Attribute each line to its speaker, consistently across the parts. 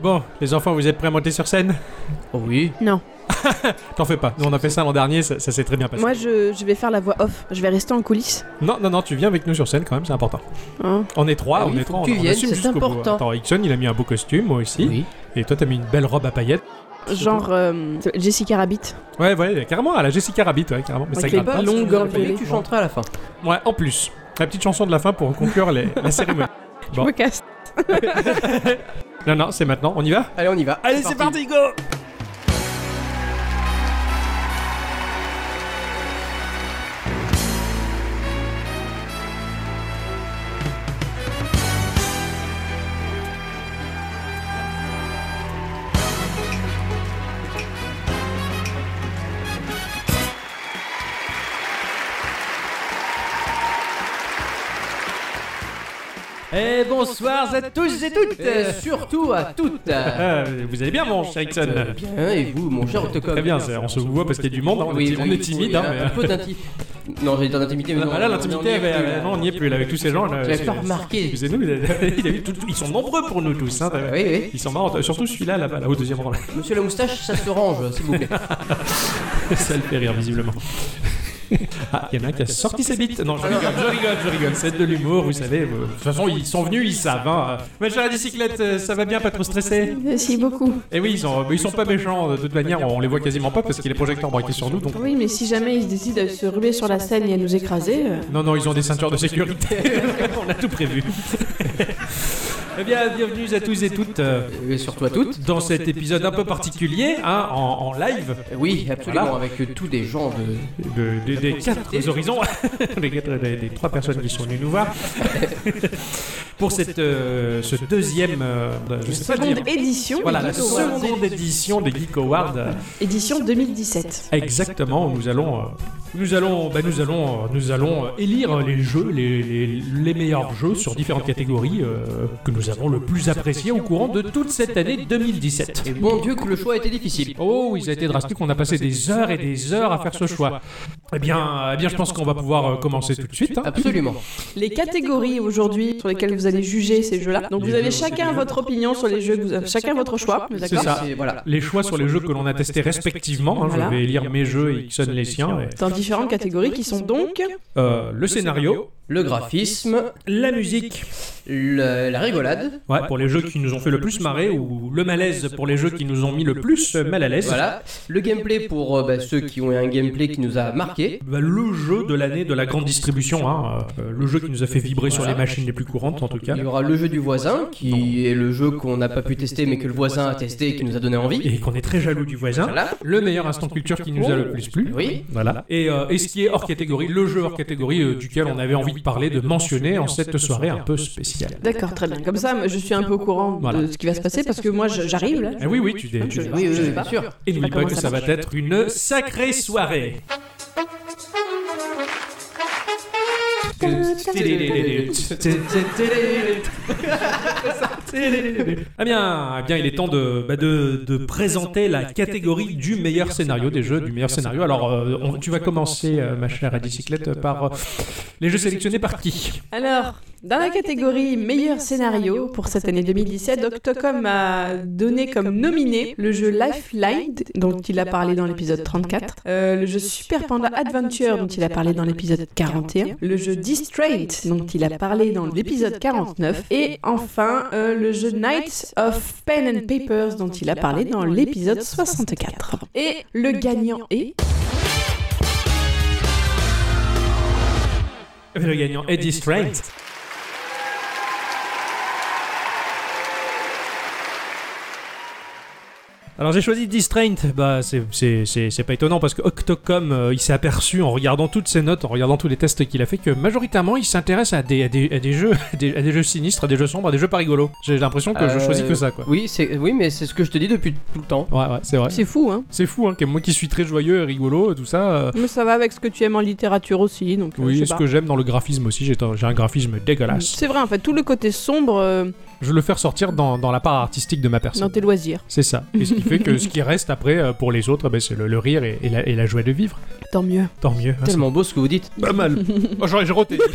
Speaker 1: Bon, les enfants, vous êtes prêts à monter sur scène
Speaker 2: Oui.
Speaker 3: Non.
Speaker 1: T'en fais pas. Nous, on a fait ça l'an dernier, ça, ça s'est très bien passé.
Speaker 3: Moi, je, je vais faire la voix off. Je vais rester en coulisses.
Speaker 1: Non, non, non, tu viens avec nous sur scène quand même, c'est important.
Speaker 3: hein.
Speaker 1: On est trois,
Speaker 2: Ah
Speaker 1: on
Speaker 2: oui,
Speaker 1: est
Speaker 2: faut
Speaker 1: trois,
Speaker 2: que
Speaker 1: on,
Speaker 2: tu
Speaker 1: on
Speaker 2: viennes,
Speaker 1: assume
Speaker 2: c'est
Speaker 1: jusqu'au bout.
Speaker 2: important.
Speaker 1: Attends, Ixon, il a mis un beau costume, moi aussi.
Speaker 2: Oui.
Speaker 1: Et toi, t'as mis une belle robe à paillettes.
Speaker 3: Genre euh, Jessica Rabbit.
Speaker 1: Ouais, ouais, carrément, à la Jessica Rabbit, ouais, carrément. Mais ça
Speaker 3: Avec
Speaker 2: Ah,
Speaker 1: gratte
Speaker 3: les
Speaker 1: pas, parce
Speaker 3: bottes
Speaker 1: que
Speaker 3: longues,
Speaker 1: tu as
Speaker 3: hein,
Speaker 1: paillettes.
Speaker 3: violettes.
Speaker 2: tu chanteras à la fin.
Speaker 1: Ouais, en plus. La petite chanson de la fin pour conclure les- la cérémonie. Bon.
Speaker 3: Je me casse.
Speaker 1: Non, non, c'est maintenant, on y va
Speaker 2: Allez, on y va.
Speaker 1: Allez, c'est parti, go
Speaker 2: Et Eh, bonsoir à tous et toutes, et surtout à toutes.
Speaker 1: Euh, Vous allez bien, mon cher Ixon
Speaker 2: Bien, Ah et vous, mon cher Octocom
Speaker 1: Très bien, c'est- on se voit parce qu'il y a du monde, hein, on, est,
Speaker 2: Oui,
Speaker 1: on est timide. hein,
Speaker 2: Un
Speaker 1: mais-
Speaker 2: peu d'intimité. Non, j'allais dire d'intimité, mais non.
Speaker 1: Ah là,
Speaker 2: on
Speaker 1: l'intimité,
Speaker 2: y est
Speaker 1: elle- elle-
Speaker 2: plus, là.
Speaker 1: elle- non, on n'y est plus, là, avec tous ces gens. là,
Speaker 2: J'avais
Speaker 1: c'est-
Speaker 2: pas remarqué.
Speaker 1: Excusez-nous, il a- il a eu tout- ils sont nombreux pour nous tous. hein,
Speaker 2: Oui,
Speaker 1: t'as-
Speaker 2: oui.
Speaker 1: Ils sont marrants, t'as- surtout celui-là, là-bas, là, au deuxième rang. là.
Speaker 2: Monsieur la moustache, ça se range, s'il vous plaît.
Speaker 1: Ça le fait rire, visiblement. Ah, il y en a un qui a sorti ses bites. Non, je rigole, je rigole, je rigole. C'est de l'humour, vous savez. euh, De toute façon, ils sont venus, ils savent. Hein. Mais j'ai la bicyclette, euh, ça va bien, pas trop stressé
Speaker 3: Si, beaucoup.
Speaker 1: Et oui, ils sont, ils sont pas méchants. De toute manière, on les voit quasiment pas parce qu'il y a les projecteurs braqués sur nous. Donc...
Speaker 3: Oui, mais si jamais ils décident de se ruer sur la scène et à nous écraser. euh,
Speaker 1: Non, non, ils ont des ceintures de sécurité. on a tout prévu. Eh bien, bienvenue à tous et toutes. euh,
Speaker 2: Et surtout à toutes.
Speaker 1: dans cet épisode un peu particulier, hein, en, en live,
Speaker 2: Oui, absolument,
Speaker 1: Voilà.
Speaker 2: avec euh, tous des gens de.
Speaker 1: de- de- des quatre horizons, des, quatre- des- des trois personnes qui sont venues nous voir, pour cette, euh, ce deuxième, euh, je sais pas
Speaker 3: Seconde
Speaker 1: dire.
Speaker 3: édition.
Speaker 1: Voilà,
Speaker 3: des
Speaker 1: la
Speaker 3: Geek Awards.
Speaker 1: seconde édition des Geek Awards. euh,
Speaker 3: Édition 2017.
Speaker 1: Exactement, nous allons, euh, nous allons, bah, nous allons, euh, nous allons euh, élire les jeux, les, les- les meilleurs jeux sur différentes catégories euh, que nous avons le plus appréciés au courant de toute cette année 2017.
Speaker 2: Et bon Dieu, que le choix était difficile.
Speaker 1: Oh, oui, ça a été drastique. On a passé des heures et des heures à faire ce choix. Eh bien, eh bien je pense qu'on va pouvoir euh, commencer tout de suite. hein.
Speaker 2: Absolument.
Speaker 3: Les catégories aujourd'hui sur lesquelles vous allez juger ces jeux-là. Donc
Speaker 1: Les
Speaker 3: vous avez
Speaker 1: jeux,
Speaker 3: chacun
Speaker 1: c'est-
Speaker 3: votre opinion sur les jeux, que vous avez chacun votre choix. mais
Speaker 1: C'est
Speaker 3: D'accord
Speaker 1: ça.
Speaker 2: C'est- Voilà.
Speaker 1: Les choix sur les jeux que l'on a testés respectivement. hein.
Speaker 3: Voilà.
Speaker 1: Je vais élire mes jeux et Ixon les siens. et,
Speaker 3: Dans différentes catégories qui sont donc.
Speaker 1: euh, le scénario,
Speaker 2: Le graphisme,
Speaker 1: la musique,
Speaker 2: le- la rigolade,
Speaker 1: ouais, pour les jeux qui nous ont fait le plus marrer, ou le malaise pour les jeux qui nous ont mis le plus euh, mal à l'aise.
Speaker 2: voilà. Le gameplay pour euh, bah, ceux qui ont un gameplay qui nous a marqué.
Speaker 1: Bah, le jeu de l'année de la grande distribution, hein, euh, le jeu qui nous a fait vibrer sur les machines les plus courantes en tout cas,
Speaker 2: Il y aura le jeu du voisin, qui est le jeu qu'on n'a pas pu tester, mais que le voisin a testé et qui nous a donné envie.
Speaker 1: et qu'on est très jaloux du voisin.
Speaker 2: Voilà.
Speaker 1: Le meilleur instant culture qui nous a le plus plu.
Speaker 2: Oui.
Speaker 1: Voilà. Et, euh, et ce qui est hors catégorie, le jeu hors catégorie euh, duquel on avait envie de parler, de mentionner en cette soirée un peu spéciale.
Speaker 3: D'accord, très bien. Comme ça, moi, je suis un peu au courant
Speaker 1: Voilà.
Speaker 3: de ce qui va se passer parce que moi, je- j'arrive là.
Speaker 1: Eh oui, oui, tu dé-
Speaker 3: Je-
Speaker 1: tu dé-
Speaker 2: Oui, oui, oui,
Speaker 3: sais
Speaker 2: bien
Speaker 3: pas.
Speaker 2: sûr.
Speaker 1: Et n'oublie
Speaker 3: pas
Speaker 1: pas
Speaker 3: comment
Speaker 1: que
Speaker 3: ça
Speaker 1: ça va être une sacrée soirée. Eh Ah bien, eh bien, il est temps de, bah, de, de présenter la catégorie du meilleur scénario des jeux, du meilleur scénario. Alors, euh, on- tu vas commencer, euh, ma chère bicyclette, par euh, les jeux sélectionnés par qui
Speaker 3: Alors, dans la catégorie meilleur scénario pour cette année 2017, Octocom a donné comme nominé le jeu Lifeline, dont il a parlé dans l'épisode 34, euh, le jeu Super Panda Adventure, dont il a parlé dans l'épisode 41, le jeu Distraint, dont il a parlé dans l'épisode 49, et enfin euh, le jeu Knights of Pen and Papers, dont il a parlé dans l'épisode 64. Et le gagnant est...
Speaker 1: Le gagnant Eddie Strength. Alors j'ai choisi Distraint, bah c'est- c'est c'est- c'est pas étonnant parce que Octocom euh, il s'est aperçu en regardant toutes ses notes, en regardant tous les tests qu'il a fait que majoritairement il s'intéresse à des, à, des, à des jeux à des, à des jeux sinistres, à des jeux sombres, à des jeux pas rigolos. J'ai l'impression que je
Speaker 2: Euh,
Speaker 1: choisis que ça quoi. Ah,
Speaker 2: Oui, c'est oui, mais c'est ce que je te dis depuis tout le temps.
Speaker 1: Ouais ouais c'est vrai.
Speaker 3: C'est fou, hein
Speaker 1: C'est fou hein, que moi qui suis très joyeux, rigolo, tout ça. euh,
Speaker 3: Mais ça va avec ce que tu aimes en littérature aussi, donc... euh, je
Speaker 1: oui,
Speaker 3: sais
Speaker 1: ce
Speaker 3: pas.
Speaker 1: que j'aime dans le graphisme aussi, j'ai j'ai un graphisme dégueulasse.
Speaker 3: C'est vrai, en fait, tout le côté sombre euh,
Speaker 1: Je veux le faire sortir dans, dans la part artistique de ma personne.
Speaker 3: dans tes loisirs.
Speaker 1: C'est ça. Et ce qui fait que ce qui reste après euh, pour les autres, ben, c'est le, le rire et, et la, et la joie de vivre.
Speaker 3: Tant mieux.
Speaker 1: Tant mieux. hein,
Speaker 2: Tellement beau ce que vous dites.
Speaker 1: c'est pas mal. Oh, j'aurais j'ai roté.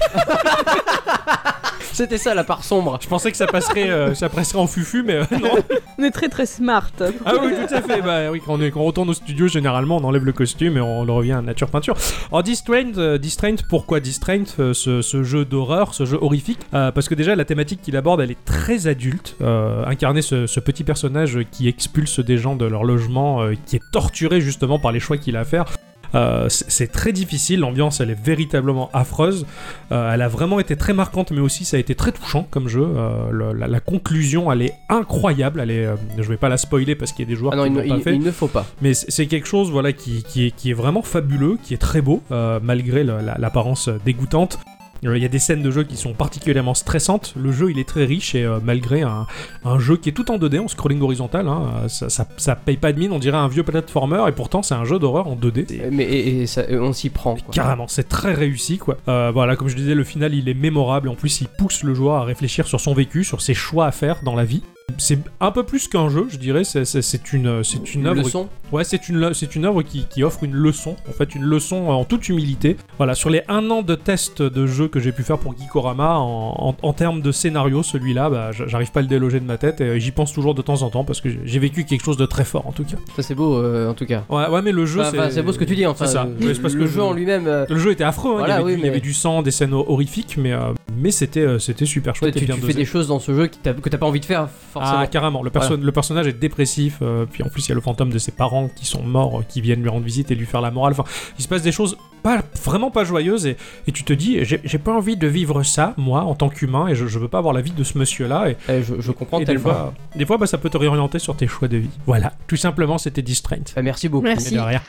Speaker 2: C'était ça la part sombre.
Speaker 1: Je pensais que ça passerait, euh, ça passerait en fufu, mais euh, non.
Speaker 3: On est très très smart.
Speaker 1: Ah oui, tout à fait. Bah oui, quand on, est- quand on retourne au studio, généralement, on enlève le costume et on, le revient à nature peinture. Alors, Distraint, euh, Distraint, pourquoi Distraint euh, ce, ce jeu d'horreur, ce jeu horrifique Euh, Parce que déjà, la thématique qu'il aborde, elle est très adulte. Euh, incarner ce, ce petit personnage qui expulse des gens de leur logement, euh, qui est torturé justement par les choix qu'il a à faire. Euh, c'est c'est très difficile, l'ambiance elle est véritablement affreuse. Euh, elle a vraiment été très marquante, mais aussi ça a été très touchant comme jeu. Euh, le- la, la conclusion elle est incroyable. Elle est, euh, je vais pas la spoiler parce qu'il y a des joueurs
Speaker 2: Ah non,
Speaker 1: qui
Speaker 2: il,
Speaker 1: l'ont
Speaker 2: ne-
Speaker 1: pas
Speaker 2: il-
Speaker 1: fait.
Speaker 2: il ne faut pas.
Speaker 1: Mais c'est c'est quelque chose voilà, qui, qui est, qui est vraiment fabuleux, qui est très beau, euh, malgré le- la- l'apparence dégoûtante. Euh, Il y a des scènes de jeu qui sont particulièrement stressantes. Le jeu, il est très riche et euh, malgré un, un jeu qui est tout en 2D, en scrolling horizontal, hein, euh, ça, ça, ça paye pas de mine, on dirait un vieux platformer, et pourtant c'est un jeu d'horreur en 2D.
Speaker 2: Mais et- et ça- euh, on s'y prend. quoi.
Speaker 1: Carrément, c'est très réussi quoi. Euh, voilà, comme je disais, le final il est mémorable. En plus, il pousse le joueur à réfléchir sur son vécu, sur ses choix à faire dans la vie. C'est un peu plus qu'un jeu, je dirais. C'est- C'est c'est une, c'est une
Speaker 2: Une
Speaker 1: œuvre
Speaker 2: leçon.
Speaker 1: Ouais, c'est une, le- c'est une œuvre qui, qui offre une leçon, en fait, une leçon euh, en toute humilité. Voilà, sur les un an de tests de jeu que j'ai pu faire pour Geekorama, en, en, en termes de scénario, celui-là, bah, j- j'arrive pas à le déloger de ma tête et j'y pense toujours de temps en temps parce que j'ai- j'ai vécu quelque chose de très fort en tout cas.
Speaker 2: Ça c'est beau euh, en tout cas.
Speaker 1: Ouais, ouais mais le jeu,
Speaker 2: Enfin, enfin, c'est beau ce que tu dis enfin.
Speaker 1: C'est ça.
Speaker 2: euh,
Speaker 1: Ouais, c'est parce que
Speaker 2: le
Speaker 1: je-
Speaker 2: jeu en lui-même. euh,
Speaker 1: Le jeu était affreux, hein,
Speaker 2: Voilà,
Speaker 1: il, y avait
Speaker 2: oui,
Speaker 1: du, il y
Speaker 2: mais-
Speaker 1: avait du sang, des scènes horrifiques, mais, euh, mais c'était euh, c'était super
Speaker 2: toi,
Speaker 1: chouette et
Speaker 2: tu,
Speaker 1: bien
Speaker 2: tu fais
Speaker 1: dosé.
Speaker 2: des choses dans ce jeu qui t'as- que t'as pas envie de faire forcément.
Speaker 1: Ah, carrément. Le, perso- le personnage est dépressif. euh, puis en plus, il y a le fantôme de ses parents qui sont morts, euh, qui viennent lui rendre visite et lui faire la morale. Enfin, il se passe des choses pas, vraiment pas joyeuses. Et, et tu te dis, j'ai j'ai pas envie de vivre ça, moi, en tant qu'humain. Et je, je veux pas avoir la vie de ce monsieur-là. Et,
Speaker 2: Eh, je, je comprends
Speaker 1: Ah. et des
Speaker 2: tellement.
Speaker 1: fois, des fois bah, ça peut te réorienter sur tes choix de vie. Voilà. Tout simplement, c'était Distraint.
Speaker 2: Enfin, merci beaucoup.
Speaker 1: Et
Speaker 3: Merci.
Speaker 1: de rien.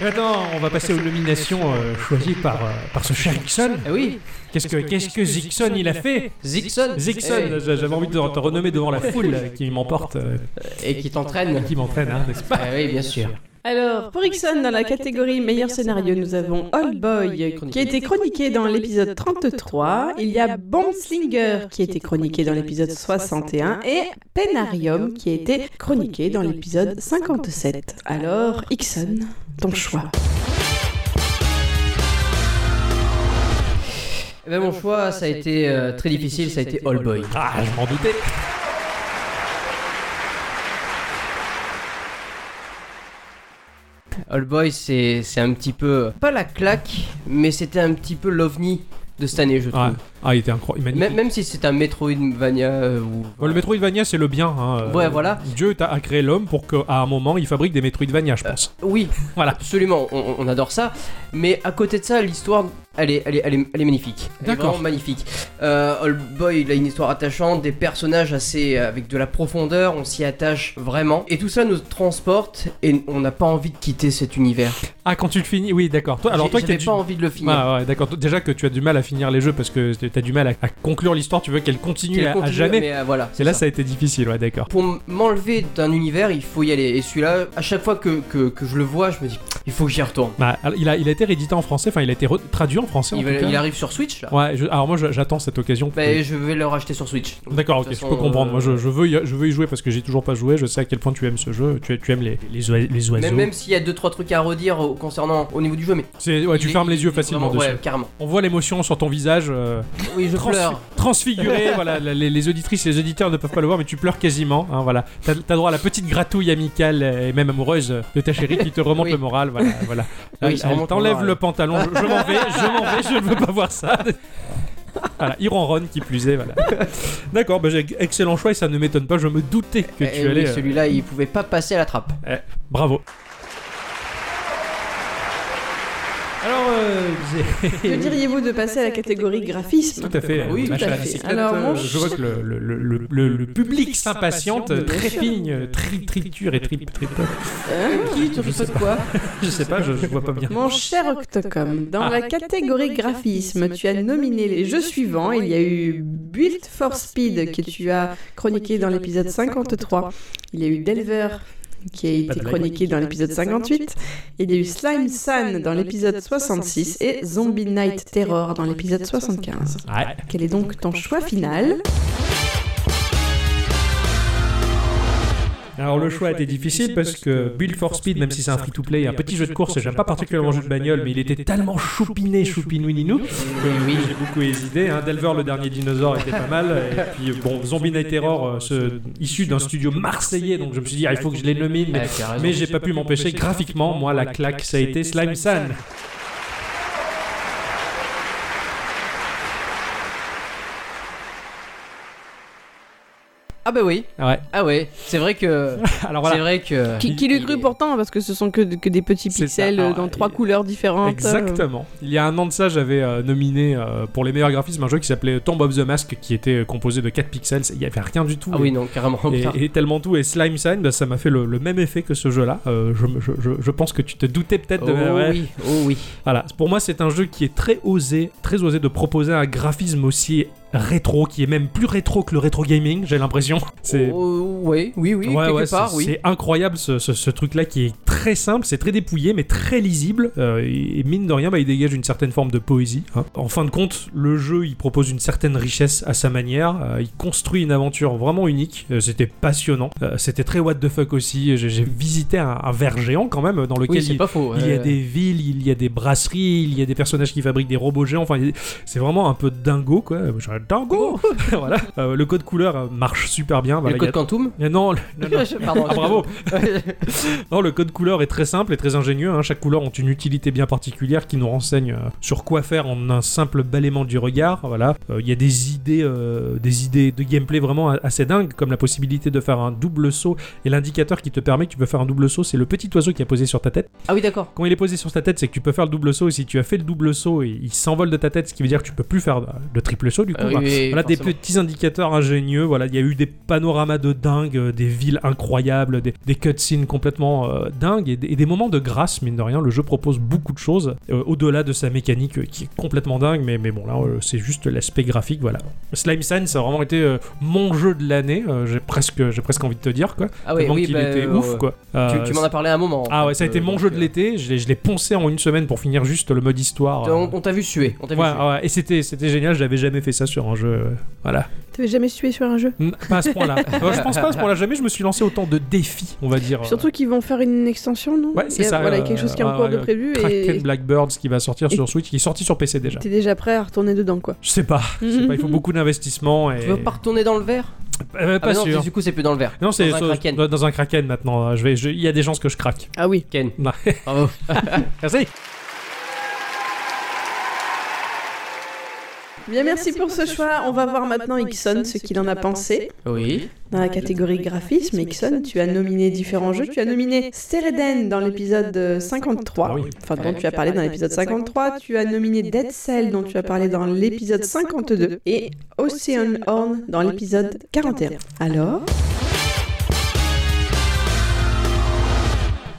Speaker 1: Et maintenant, on va passer aux nominations euh, choisies par, euh, par ce cher Ixon.
Speaker 2: Eh oui,
Speaker 1: Qu'est-ce que, qu'est-ce que Zixon il a fait
Speaker 2: Zixon.
Speaker 1: Zixon,
Speaker 2: Eh,
Speaker 1: j'avais j'avais envie de te te renommer devant la foule euh, qui m'emporte, euh,
Speaker 2: Eh, Et qui t'entraîne.
Speaker 1: qui m'entraîne, hein, n'est-ce pas
Speaker 2: Ah oui, bien sûr.
Speaker 3: Alors, pour Ixon, dans la catégorie meilleur scénario, nous avons Old Boy, qui a été chroniqué dans l'épisode 33. Il y a Bombslinger, qui a été chroniqué dans l'épisode 61. Et Penarium, qui a été chroniqué dans l'épisode 57. Alors, Ixon, ton choix.
Speaker 2: Eh ben, mon choix, ça a été euh, très difficile, ça a été All Boy.
Speaker 1: Ah, je m'en doutais.
Speaker 2: All Boy, c'est c'est un petit peu. Pas la claque, mais c'était un petit peu l'ovni de cette année, je trouve.
Speaker 1: Ouais. Ah, il était incroyable. il est
Speaker 2: Même,
Speaker 1: magnifique.
Speaker 2: même si c'est un Metroidvania euh, ou.
Speaker 1: Bon, le Metroidvania, c'est le bien. hein, euh,
Speaker 2: Ouais, voilà.
Speaker 1: Dieu t'a- a créé l'homme pour qu'à un moment, il fabrique des Metroidvania, je pense.
Speaker 2: Oui,
Speaker 1: Voilà.
Speaker 2: absolument, on, on adore ça. Mais à côté de ça, l'histoire, elle est, elle, est, elle, est, elle est magnifique. Elle est
Speaker 1: D'accord.
Speaker 2: vraiment magnifique. Euh, All Boy, il a une histoire attachante, des personnages assez euh, avec de la profondeur, on s'y attache vraiment. Et tout ça nous transporte et on n'a pas envie de quitter cet univers.
Speaker 1: Ah, quand tu le finis, oui, d'accord. Toi, alors toi
Speaker 2: J'ai-
Speaker 1: qui as
Speaker 2: j'avais
Speaker 1: du...
Speaker 2: pas envie de le finir.
Speaker 1: Ouais, ouais, d'accord. Toi, Déjà que tu as du mal à finir les jeux parce que t'as du mal à, à conclure l'histoire, tu veux qu'elle continue,
Speaker 2: Qu'elle
Speaker 1: à- à,
Speaker 2: continue,
Speaker 1: jamais.
Speaker 2: mais, euh, voilà,
Speaker 1: C'est
Speaker 2: c'est
Speaker 1: là,
Speaker 2: ça.
Speaker 1: ça a été difficile, ouais, d'accord.
Speaker 2: Pour m- m'enlever d'un univers, il faut y aller. Et celui-là, à chaque fois que, que, que je le vois, je me dis, il faut que j'y retourne.
Speaker 1: Bah, alors, il, a, il a été réédité en français, enfin, il a été re- traduit en français. en
Speaker 2: Il,
Speaker 1: tout
Speaker 2: va-
Speaker 1: cas.
Speaker 2: il arrive sur Switch là.
Speaker 1: Ouais, je- alors moi, je- j'attends cette occasion. pour-
Speaker 2: Bah, je vais le racheter sur Switch. Donc,
Speaker 1: D'accord,
Speaker 2: de
Speaker 1: ok,
Speaker 2: toute
Speaker 1: je peux
Speaker 2: façon,
Speaker 1: comprendre. Moi,
Speaker 2: euh,
Speaker 1: je, je veux, y, je veux y jouer parce que j'ai toujours pas joué. Je sais à quel point tu aimes ce jeu. Tu, tu aimes les, les, oise- les oiseaux.
Speaker 2: Même, même s'il y a 2-3 trucs à redire au- concernant au niveau du jeu, mais.
Speaker 1: C'est- ouais,
Speaker 2: il
Speaker 1: tu
Speaker 2: est-
Speaker 1: fermes les
Speaker 2: il
Speaker 1: yeux
Speaker 2: est
Speaker 1: facilement
Speaker 2: vraiment-
Speaker 1: dessus.
Speaker 2: Ouais, carrément.
Speaker 1: On voit l'émotion sur ton visage euh,
Speaker 2: Oui, je
Speaker 1: trans-
Speaker 2: pleure.
Speaker 1: transfiguré. voilà, la- les, les auditrices et les auditeurs ne peuvent pas le voir, mais tu pleures quasiment. Hein, voilà, t'as as droit à la petite gratouille amicale et même amoureuse de ta chérie qui te remonte
Speaker 2: Oui.
Speaker 1: le moral. Voilà, voilà.
Speaker 2: Oui,
Speaker 1: Elle-
Speaker 2: ça
Speaker 1: elle
Speaker 2: remonte le
Speaker 1: t'enlève
Speaker 2: moral.
Speaker 1: le pantalon. Je, je m'en vais, je m'en vais, je ne veux pas voir ça. Voilà, il ronronne qui plus est, voilà. D'accord, bah, j'ai- excellent choix et ça ne m'étonne pas, je me doutais que
Speaker 2: Eh,
Speaker 1: tu
Speaker 2: oui,
Speaker 1: allais... euh,
Speaker 2: Celui-là, il pouvait pas passer à la trappe.
Speaker 1: Bravo. Alors, euh,
Speaker 3: Que diriez-vous de passer à la catégorie graphisme
Speaker 1: tout à fait.
Speaker 2: Oui,
Speaker 1: euh,
Speaker 2: tout
Speaker 1: machin
Speaker 2: à
Speaker 1: la
Speaker 2: fait.
Speaker 1: bicyclette,
Speaker 3: Alors,
Speaker 1: euh,
Speaker 3: mon
Speaker 1: je
Speaker 3: ch-
Speaker 1: vois que le, le- le- le- le- le public s'impatiente,
Speaker 2: Bien sûr.
Speaker 1: trépigne, tri- triture et trip, trip.
Speaker 3: Hein
Speaker 2: Ah, Qui
Speaker 1: Je sais
Speaker 2: quoi
Speaker 1: Je sais pas, je, je vois pas bien.
Speaker 3: Mon cher Octocom, dans
Speaker 1: Ah.
Speaker 3: la catégorie graphisme, tu as nominé les jeux suivants. Il y a eu Build for Speed que tu as chroniqué dans l'épisode 53. Il y a eu Delver qui a
Speaker 1: Pas
Speaker 3: été
Speaker 1: de blague.
Speaker 3: chroniqué dans l'épisode 58. Il y a eu Slime San dans l'épisode 66 et Zombie Night Terror dans l'épisode 75.
Speaker 1: Ouais.
Speaker 3: Quel est donc ton choix final
Speaker 1: Alors le choix était difficile parce que Build for Speed, même si c'est un free-to-play, un petit jeu de course, et j'aime pas particulièrement le jeu de bagnole, mais il était tellement choupiné, choupinouininou,
Speaker 2: Euh,
Speaker 1: que oui, j'ai beaucoup hésité. hein. Delver, le dernier dinosaure, était pas mal. Et puis bon, Zombie Night Terror, euh, ce- issu d'un studio marseillais, donc je me suis dit, ah, il faut que je les nomine. Mais,
Speaker 2: Ah, t'as raison.
Speaker 1: mais j'ai pas pu m'empêcher graphiquement, moi la claque, ça a été Slime San.
Speaker 2: Ah bah oui,
Speaker 1: Ouais.
Speaker 2: ah ouais, c'est vrai que.
Speaker 1: Alors voilà.
Speaker 2: C'est vrai que.
Speaker 3: Qui, qui l'eût cru pourtant, parce que ce sont que, que des petits
Speaker 1: C'est ça.
Speaker 3: pixels euh,
Speaker 1: Alors,
Speaker 3: dans
Speaker 1: euh,
Speaker 3: trois couleurs différentes.
Speaker 1: Exactement. Il y a un an de ça, j'avais euh, nominé euh, pour les meilleurs graphismes un jeu qui s'appelait Tomb of the Mask, qui était euh, composé de 4 pixels. Il y avait rien du tout.
Speaker 2: Ah oui, non, carrément. putain.
Speaker 1: et, et tellement tout. Et Slime Sign, bah, ça m'a fait le, le même effet que ce jeu-là. Euh, je, je- je- je pense que tu te doutais peut-être
Speaker 2: Oh
Speaker 1: de. ouais.
Speaker 2: oui, oh oui.
Speaker 1: Voilà. Pour moi, c'est un jeu qui est très osé, très osé de proposer un graphisme aussi rétro, qui est même plus rétro que le rétro gaming, j'ai l'impression. C'est.
Speaker 2: Oh, ouais, oui, oui,
Speaker 1: Ouais,
Speaker 2: quelque
Speaker 1: ouais,
Speaker 2: part,
Speaker 1: c'est-
Speaker 2: oui.
Speaker 1: c'est incroyable ce, ce- ce truc-là qui est très simple, c'est très dépouillé, mais très lisible. euh, et, et mine de rien, bah, il dégage une certaine forme de poésie. hein. En fin de compte, le jeu, il propose une certaine richesse à sa manière. euh, il construit une aventure vraiment unique. euh, C'était passionnant. euh, C'était très what the fuck aussi. J'ai j'ai visité un, un verre géant quand même dans lequel
Speaker 2: Oui, c'est
Speaker 1: il,
Speaker 2: pas faux.
Speaker 1: il y a
Speaker 2: euh,
Speaker 1: des villes, il y a des brasseries, il y a des personnages qui fabriquent des robots géants. Enfin, il y a- c'est vraiment un peu dingo, quoi. Genre, Dingo Voilà. Euh, le code couleur euh, marche super bien. Voilà, il
Speaker 2: Oh. Le
Speaker 1: y
Speaker 2: code
Speaker 1: a-
Speaker 2: quantum
Speaker 1: Mais Euh, Non, le- non, non.
Speaker 2: Pardon,
Speaker 1: Ah, bravo Non, le code couleur est très simple et très ingénieux. hein. Chaque couleur ont une utilité bien particulière qui nous renseigne euh, sur quoi faire en un simple balayement du regard. Voilà, Euh, il y a des idées, euh, des idées de gameplay vraiment a- assez dingues, comme la possibilité de faire un double saut et l'indicateur qui te permet que tu peux faire un double saut, c'est le petit oiseau qui est posé sur ta tête.
Speaker 2: Ah oui, d'accord.
Speaker 1: Quand il est posé sur ta tête, c'est que tu peux faire le double saut. Et si tu as fait le double saut, il, il s'envole de ta tête, ce qui veut dire que tu peux plus faire euh, le triple saut du coup.
Speaker 2: Ah oui,
Speaker 1: Enfin,
Speaker 2: oui,
Speaker 1: voilà des
Speaker 2: forcément.
Speaker 1: petits indicateurs ingénieux. Voilà, il y a eu des panoramas de dingue, euh, des villes incroyables, des, des cutscenes complètement euh, dingues et, des- et des moments de grâce mine de rien. Le jeu propose beaucoup de choses euh, au-delà de sa mécanique euh, qui est complètement dingue, mais mais bon là euh, c'est juste l'aspect graphique. Voilà, Slime Sign ça a vraiment été euh, mon jeu de l'année. euh, j'ai presque j'ai presque envie de te dire quoi.
Speaker 2: Ah oui,
Speaker 1: Tellement
Speaker 2: oui,
Speaker 1: qu'il
Speaker 2: bah,
Speaker 1: était
Speaker 2: euh,
Speaker 1: ouf quoi.
Speaker 2: Tu,
Speaker 1: Euh,
Speaker 2: tu m'en as parlé à un moment. en
Speaker 1: ah
Speaker 2: fait,
Speaker 1: ouais, ça a été
Speaker 2: euh,
Speaker 1: mon
Speaker 2: donc,
Speaker 1: jeu de
Speaker 2: euh,
Speaker 1: l'été. Je l'ai- je l'ai poncé en une semaine pour finir juste le mode histoire. euh.
Speaker 2: t'as- On on t'a vu suer. On t'a vu
Speaker 1: Ouais, ah
Speaker 2: suer.
Speaker 1: ouais, et c'était c'était génial, j'avais jamais fait ça sur un jeu. euh, Voilà.
Speaker 3: euh. T'avais jamais sué sur un jeu
Speaker 1: Mm, Pas à ce point-là. Euh, je pense pas à ce point-là. Jamais je me suis lancé autant de défis, on va dire. euh,
Speaker 3: Surtout qu'ils vont faire une extension, non
Speaker 1: Ouais, c'est
Speaker 3: Il y a-
Speaker 1: ça,
Speaker 3: Voilà,
Speaker 1: euh,
Speaker 3: quelque chose qui est en
Speaker 1: ouais,
Speaker 3: cours de
Speaker 1: ouais,
Speaker 3: prévu
Speaker 1: Kraken
Speaker 3: et
Speaker 1: Blackbirds qui va sortir
Speaker 3: et-
Speaker 1: sur Switch, qui est sorti sur PC déjà.
Speaker 3: t'es déjà prêt à retourner dedans, quoi.
Speaker 1: Je sais pas, je sais pas, il faut beaucoup d'investissement et.
Speaker 2: Tu veux pas retourner dans le verre
Speaker 1: Euh,
Speaker 2: Ah
Speaker 1: pas
Speaker 2: bah non,
Speaker 1: sûr.
Speaker 2: du coup, c'est plus dans le verre.
Speaker 1: Non, c'est
Speaker 2: dans un
Speaker 1: ça-
Speaker 2: kraken.
Speaker 1: dans- dans un kraken maintenant. hein, Je vais, je- il y a des chances que je craque.
Speaker 3: Ah oui.
Speaker 2: Ken.
Speaker 1: Non.
Speaker 2: Bravo.
Speaker 1: Merci.
Speaker 3: Bien, merci pour ce choix. On va voir maintenant Ixon, ce qu'il en a pensé.
Speaker 2: Oui.
Speaker 3: Dans la catégorie graphisme, Ixon, tu as nominé différents jeux. Tu as nominé Stereden dans l'épisode euh, 53,
Speaker 1: Ah oui.
Speaker 3: enfin dont tu as parlé dans l'épisode 53. Tu as nominé Dead Cell dont tu as parlé dans l'épisode 52 et Ocean Horn dans l'épisode 41. Alors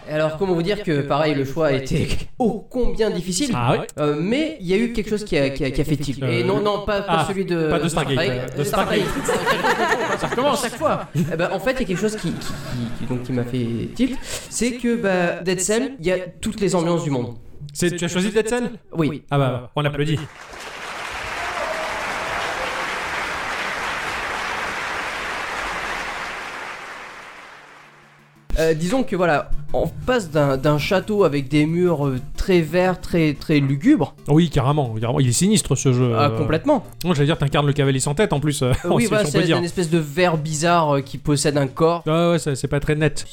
Speaker 2: Et alors, comment vous dire que, pareil, le choix a été ô Oh, combien difficile
Speaker 1: Ah ouais.
Speaker 2: Euh, mais il y a eu quelque chose qui a, qui a- qui a fait tilt.
Speaker 1: Euh,
Speaker 2: Et non, non, pas, pas
Speaker 1: ah,
Speaker 2: celui de.
Speaker 1: pas de Stargate, euh, de
Speaker 2: De Stargate. Ça recommence chaque fois. Eh ben, en fait, il y a quelque chose qui, qui- qui- donc, qui m'a fait tilt. C'est que bah, Dead Cell, il y a toutes les ambiances du monde.
Speaker 1: C'est- Tu as choisi Dead Cell
Speaker 2: Oui.
Speaker 1: Ah bah, on applaudit.
Speaker 2: Euh, disons que voilà, on passe d'un d'un château avec des murs euh, très verts, très, très lugubres,
Speaker 1: Oui, carrément, carrément. Il est sinistre ce jeu.
Speaker 2: à
Speaker 1: euh,
Speaker 2: Ah, complètement.
Speaker 1: Non, j'allais dire, t'incarnes le cavalier sans tête en plus. euh,
Speaker 2: Euh, oui,
Speaker 1: si
Speaker 2: voilà,
Speaker 1: on peut
Speaker 2: c'est
Speaker 1: dire.
Speaker 2: une espèce de vert bizarre euh, qui possède un corps.
Speaker 1: Ah ouais, ça, c'est pas très net.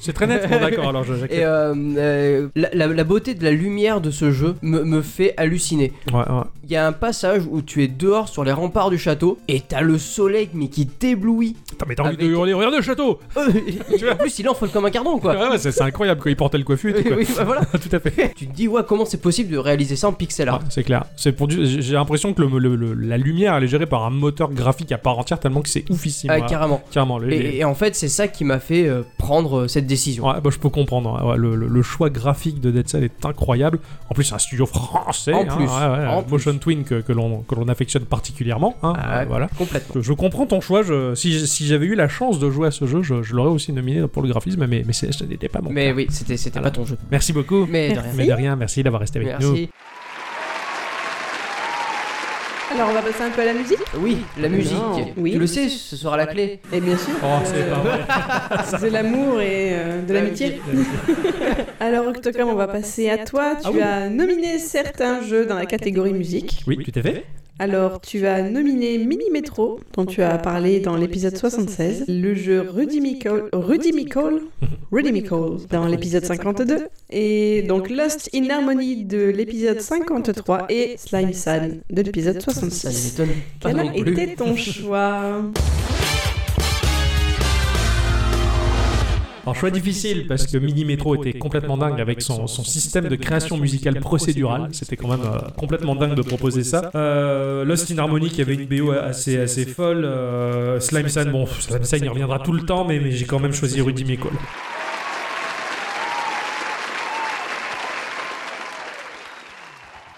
Speaker 1: C'est très net, bon d'accord, alors je- j'accepte.
Speaker 2: Et euh, euh, la, la- la beauté de la lumière de ce jeu me- me fait halluciner.
Speaker 1: Ouais, ouais.
Speaker 2: Il y a un passage où tu es dehors sur les remparts du château et t'as le soleil mais qui t'éblouit.
Speaker 1: Putain, mais t'as envie de
Speaker 2: Avec-
Speaker 1: hurler, regarde le château Ah
Speaker 2: Euh, en plus, il enfle comme un cardon quoi.
Speaker 1: Ouais, ouais, c'est c'est incroyable quand il portait le coiffure et tout, quoi.
Speaker 2: Oui, bah voilà.
Speaker 1: Tout à fait.
Speaker 2: Tu te dis, ouais, comment c'est possible de réaliser ça en pixel art
Speaker 1: Ouais, c'est clair. C'est pour du- j'ai- J'ai l'impression que le- le- le- la lumière elle est gérée par un moteur graphique à part entière tellement que c'est oufissime.
Speaker 2: Ah,
Speaker 1: ouais.
Speaker 2: Carrément.
Speaker 1: Carrément. le- les-
Speaker 2: Et, et en fait, c'est ça qui m'a fait euh, prendre euh, cette décision.
Speaker 1: Ouais, bah, je peux comprendre. hein. Ouais, le, le- le choix graphique de Dead Cell est incroyable. En plus, c'est un studio français.
Speaker 2: En
Speaker 1: hein,
Speaker 2: plus,
Speaker 1: ouais, ouais,
Speaker 2: en
Speaker 1: Motion Twin que, que l'on que l'on affectionne particulièrement. hein,
Speaker 2: Ah,
Speaker 1: euh, voilà. Je,
Speaker 2: Complètement.
Speaker 1: je comprends ton choix. Je- si si j'avais eu la chance de jouer à ce jeu, je, je l'aurais aussi nominé pour le graphisme, mais, mais c'est- ce n'était pas mon
Speaker 2: Mais
Speaker 1: cas.
Speaker 2: oui, c'était c'était
Speaker 1: Voilà.
Speaker 2: pas ton jeu.
Speaker 1: Merci beaucoup.
Speaker 2: Mais de
Speaker 3: Merci.
Speaker 2: rien.
Speaker 1: Mais de rien, merci d'avoir resté avec nous.
Speaker 2: Merci.
Speaker 3: Alors on va passer un peu à la musique
Speaker 2: Oui, la musique.
Speaker 3: Oui.
Speaker 2: Tu le sais, ce sera la clé.
Speaker 3: Et bien sûr.
Speaker 1: Oh, c'est
Speaker 3: euh,
Speaker 1: pas vrai.
Speaker 3: De l'amour et euh, de l'amitié. Alors Octocom, on va passer à toi. Tu
Speaker 1: Ah oui.
Speaker 3: as nominé certains jeux dans la catégorie musique.
Speaker 1: Oui, tout à fait.
Speaker 3: Alors tu as nominé Mini Metro, dont tu as parlé dans l'épisode 76, le jeu Rudimical, Rudimical, Rudimical dans l'épisode 52, et donc Lost in Harmony de l'épisode 53 et Slime San de l'épisode
Speaker 2: Ça
Speaker 3: 66.
Speaker 2: m'étonne pas
Speaker 3: Quel
Speaker 2: non
Speaker 3: a
Speaker 2: plus.
Speaker 3: été ton choix
Speaker 1: Alors, choix difficile parce que Mini Metro était complètement dingue avec son, son système de création musicale procédurale. C'était quand même euh, complètement dingue de proposer ça. Euh, Lost in Harmony qui avait une BO assez, assez folle. euh, Slime San, bon, Slime San il reviendra tout le temps, mais, mais j'ai quand même choisi Rudy Mecole.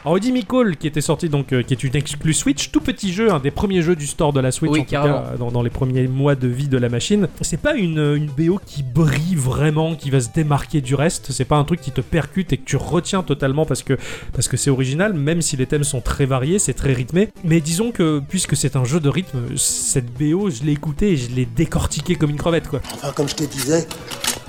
Speaker 1: Alors, Rudy Micole, qui était sorti donc, euh, qui est une exclue Switch, tout petit jeu, un des premiers jeux du store de la Switch,
Speaker 2: Oui,
Speaker 1: en tout
Speaker 2: carrément.
Speaker 1: cas, euh, dans, dans les premiers mois de vie de la machine. C'est pas une, euh, une BO qui brille vraiment, qui va se démarquer du reste. C'est pas un truc qui te percute et que tu retiens totalement parce que parce que c'est original, même si les thèmes sont très variés, c'est très rythmé. Mais disons que puisque c'est un jeu de rythme, cette BO, je l'ai écoutée et je l'ai décortiquée comme une crevette, quoi.
Speaker 4: Enfin, comme je te disais,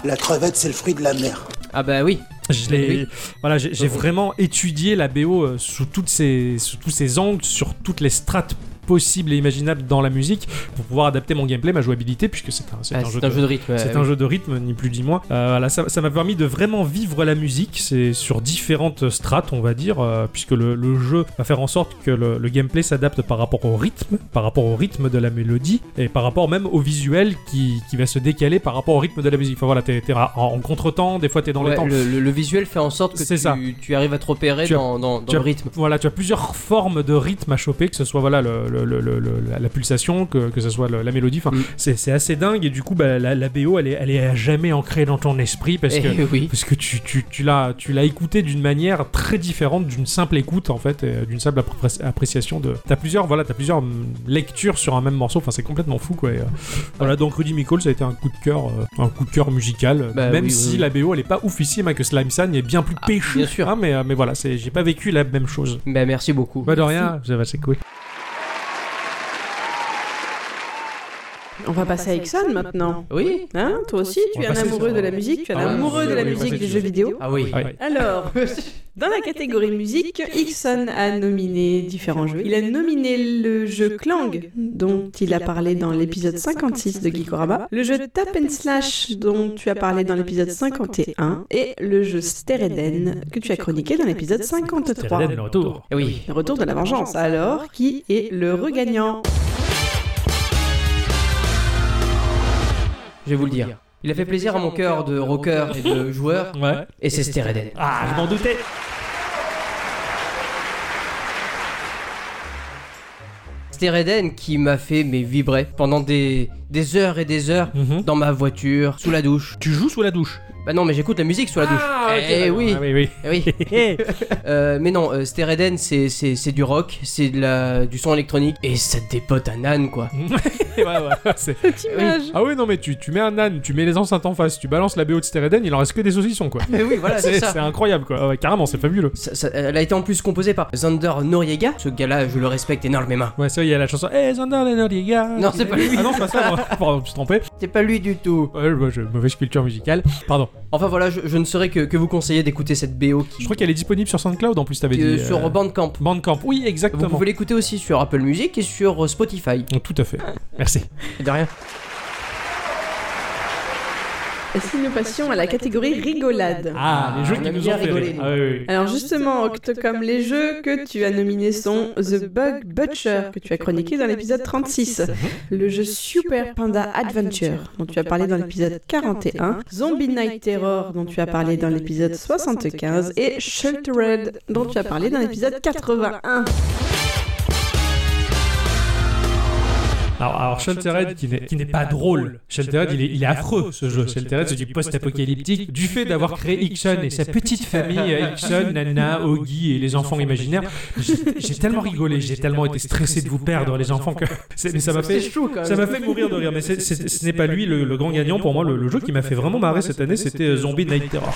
Speaker 4: la crevette, c'est le fruit de la mer.
Speaker 2: Ah bah oui.
Speaker 1: Je l'ai,
Speaker 2: Oui.
Speaker 1: voilà, j'ai j'ai
Speaker 2: Oui.
Speaker 1: vraiment étudié la BO euh, sous toutes ses, sous tous ses angles, sur toutes les strates possibles et imaginables dans la musique pour pouvoir adapter mon gameplay, ma jouabilité, puisque c'est un, c'est
Speaker 2: Ah,
Speaker 1: un jeu
Speaker 2: C'est
Speaker 1: de-
Speaker 2: un jeu de rythme. ouais,
Speaker 1: C'est un jeu de rythme, ni plus ni moins. Euh, voilà, ça ça m'a permis de vraiment vivre la musique. C'est sur différentes strates, on va dire, euh, puisque le, le jeu va faire en sorte que le, le gameplay s'adapte par rapport au rythme, par rapport au rythme de la mélodie, et par rapport même au visuel qui, qui va se décaler par rapport au rythme de la musique. Enfin voilà, t'es t'es en, en contre-temps, des fois t'es dans
Speaker 2: Ouais,
Speaker 1: les temps.
Speaker 2: le, le- le visuel fait en sorte que
Speaker 1: C'est
Speaker 2: tu,
Speaker 1: ça.
Speaker 2: tu arrives à te repérer
Speaker 1: Tu as-
Speaker 2: dans, dans- dans
Speaker 1: tu
Speaker 2: le
Speaker 1: as-
Speaker 2: rythme.
Speaker 1: Voilà, tu as plusieurs formes de rythme à choper, que ce soit voilà le- le- le- le- le- la, la pulsation, que, que ce soit le- la mélodie. Enfin,
Speaker 2: Mm.
Speaker 1: c'est c'est assez dingue et du coup, bah, la, la BO, elle est, elle est à jamais ancrée dans ton esprit parce
Speaker 2: Eh
Speaker 1: que
Speaker 2: oui.
Speaker 1: parce que tu, tu, tu l'as tu l'as écouté d'une manière très différente d'une simple écoute en fait et d'une simple appré- appréciation de t'as plusieurs voilà t'as plusieurs mm, lectures sur un même morceau enfin c'est complètement fou quoi et, euh, voilà donc Rudy Micole ça a été un coup de cœur euh, un coup de cœur musical euh,
Speaker 2: Bah
Speaker 1: même
Speaker 2: oui, oui,
Speaker 1: si
Speaker 2: oui.
Speaker 1: la BO elle est pas oufissime hein, que Slime San est bien plus
Speaker 2: Ah,
Speaker 1: péchu
Speaker 2: bien sûr.
Speaker 1: hein, mais euh, mais voilà c'est j'ai pas vécu la même chose
Speaker 2: Bah merci beaucoup.
Speaker 1: bah de rien ça va, c'est cool
Speaker 3: On va passer à Ixon maintenant.
Speaker 2: Oui.
Speaker 3: Hein, toi aussi, tu
Speaker 1: On
Speaker 3: es
Speaker 1: va
Speaker 3: un
Speaker 1: passer
Speaker 3: amoureux
Speaker 1: sur-
Speaker 3: de la musique, tu es
Speaker 2: Ah
Speaker 3: un
Speaker 2: ouais,
Speaker 3: amoureux
Speaker 2: oui,
Speaker 3: de la
Speaker 2: oui,
Speaker 3: musique
Speaker 2: oui,
Speaker 3: des
Speaker 2: oui.
Speaker 3: jeux vidéo.
Speaker 2: Ah oui.
Speaker 1: Ouais.
Speaker 3: Alors, dans la catégorie musique, Ixon a nominé différents jeux. Il a nominé le jeu Clang, dont il a parlé dans l'épisode 56 de Gikorama, le jeu Tap and Slash, dont tu as parlé dans l'épisode 51, et le jeu Stereden, que tu as chroniqué dans l'épisode 53.
Speaker 1: Terre le retour
Speaker 2: Eh oui.
Speaker 3: Le retour de la vengeance, alors, qui est le regagnant
Speaker 2: Je vais vous le dire. Il a fait plaisir à mon cœur de rocker et de joueur.
Speaker 1: ouais
Speaker 2: Et c'est Stereden.
Speaker 1: ah je m'en doutais
Speaker 2: Stereden qui m'a fait mais vibrer pendant des, des heures et des heures
Speaker 1: Mhm.
Speaker 2: dans ma voiture, sous la douche.
Speaker 1: tu joues sous la douche
Speaker 2: Bah non, mais j'écoute la musique sous la douche.
Speaker 1: ah, ok,
Speaker 2: eh
Speaker 1: d'accord.
Speaker 2: oui.
Speaker 1: Ah oui oui
Speaker 2: Eh oui. Euh, mais non, euh, Stereden c'est c'est c'est du rock, c'est de la du son électronique et ça te dépote un âne quoi.
Speaker 1: ouais ouais c'est
Speaker 3: Cette image
Speaker 1: Ah oui, non, mais tu, tu mets un âne, tu mets les enceintes en face, tu balances la BO de Stereden, il en reste que des saucissons, quoi.
Speaker 2: Mais Eh oui, voilà, Bah, c'est
Speaker 1: c'est
Speaker 2: ça.
Speaker 1: c'est incroyable, quoi. Ah ouais, carrément, c'est fabuleux.
Speaker 2: Ça- ça- Elle a été en plus composée par Zander Noriega. Ce gars-là, je le respecte énormément.
Speaker 1: Ouais, c'est vrai, il y a la chanson Eh, Zander, Zander, les gars
Speaker 2: Non, c'est pas lui.
Speaker 1: Ah non, c'est pas ça, pardon, pardon, je me suis trompé.
Speaker 2: C'est pas lui du tout.
Speaker 1: Ouais, moi, j'ai une mauvaise culture musicale. Pardon.
Speaker 2: Enfin voilà, je, je ne saurais que, que vous conseiller d'écouter cette BO qui,
Speaker 1: Je crois qu'elle est disponible sur Soundcloud en plus, t'avais
Speaker 2: qui,
Speaker 1: dit.
Speaker 2: euh,
Speaker 1: euh,
Speaker 2: sur Bandcamp.
Speaker 1: Bandcamp, oui,
Speaker 2: Vous
Speaker 1: exactement.
Speaker 2: pouvez l'écouter aussi sur Apple Music et sur euh, Spotify.
Speaker 1: Donc, Tout à fait. Merci.
Speaker 2: De rien.
Speaker 3: Et si nous passions à la catégorie rigolade
Speaker 1: Ah, les jeux
Speaker 2: on
Speaker 1: qui
Speaker 2: aime
Speaker 1: nous
Speaker 2: bien
Speaker 1: ont fait
Speaker 2: rigoler,
Speaker 1: rire.
Speaker 2: nous.
Speaker 1: Ah, oui, oui.
Speaker 3: Alors justement, Octocom, les jeux que tu as nominés sont The Bug Butcher, que tu as chroniqué dans l'épisode 36, le jeu Super Panda Adventure, dont tu as parlé dans l'épisode 41, Zombie Night Terror, dont tu as parlé dans l'épisode 75, et Sheltered, dont tu as parlé dans l'épisode 81.
Speaker 1: Alors, alors Sheltered, qui n'est- qui n'est pas drôle. Sheltered, il est, il est affreux ce jeu. Sheltered, c'est du post-apocalyptique. Du fait d'avoir créé Ixon et sa petite famille, euh, Ixon, Nana, Oggy et les enfants imaginaires, j'ai j'ai tellement rigolé, j'ai tellement été stressé de vous perdre, les enfants, que c'est- mais ça m'a fait.
Speaker 2: chou quand
Speaker 1: Ça m'a fait mourir de rire, mais c'est- c'est- ce n'est pas lui le, le grand gagnant pour moi. Le, le jeu qui m'a fait vraiment marrer cette année, c'était euh, Zombie Night Terror.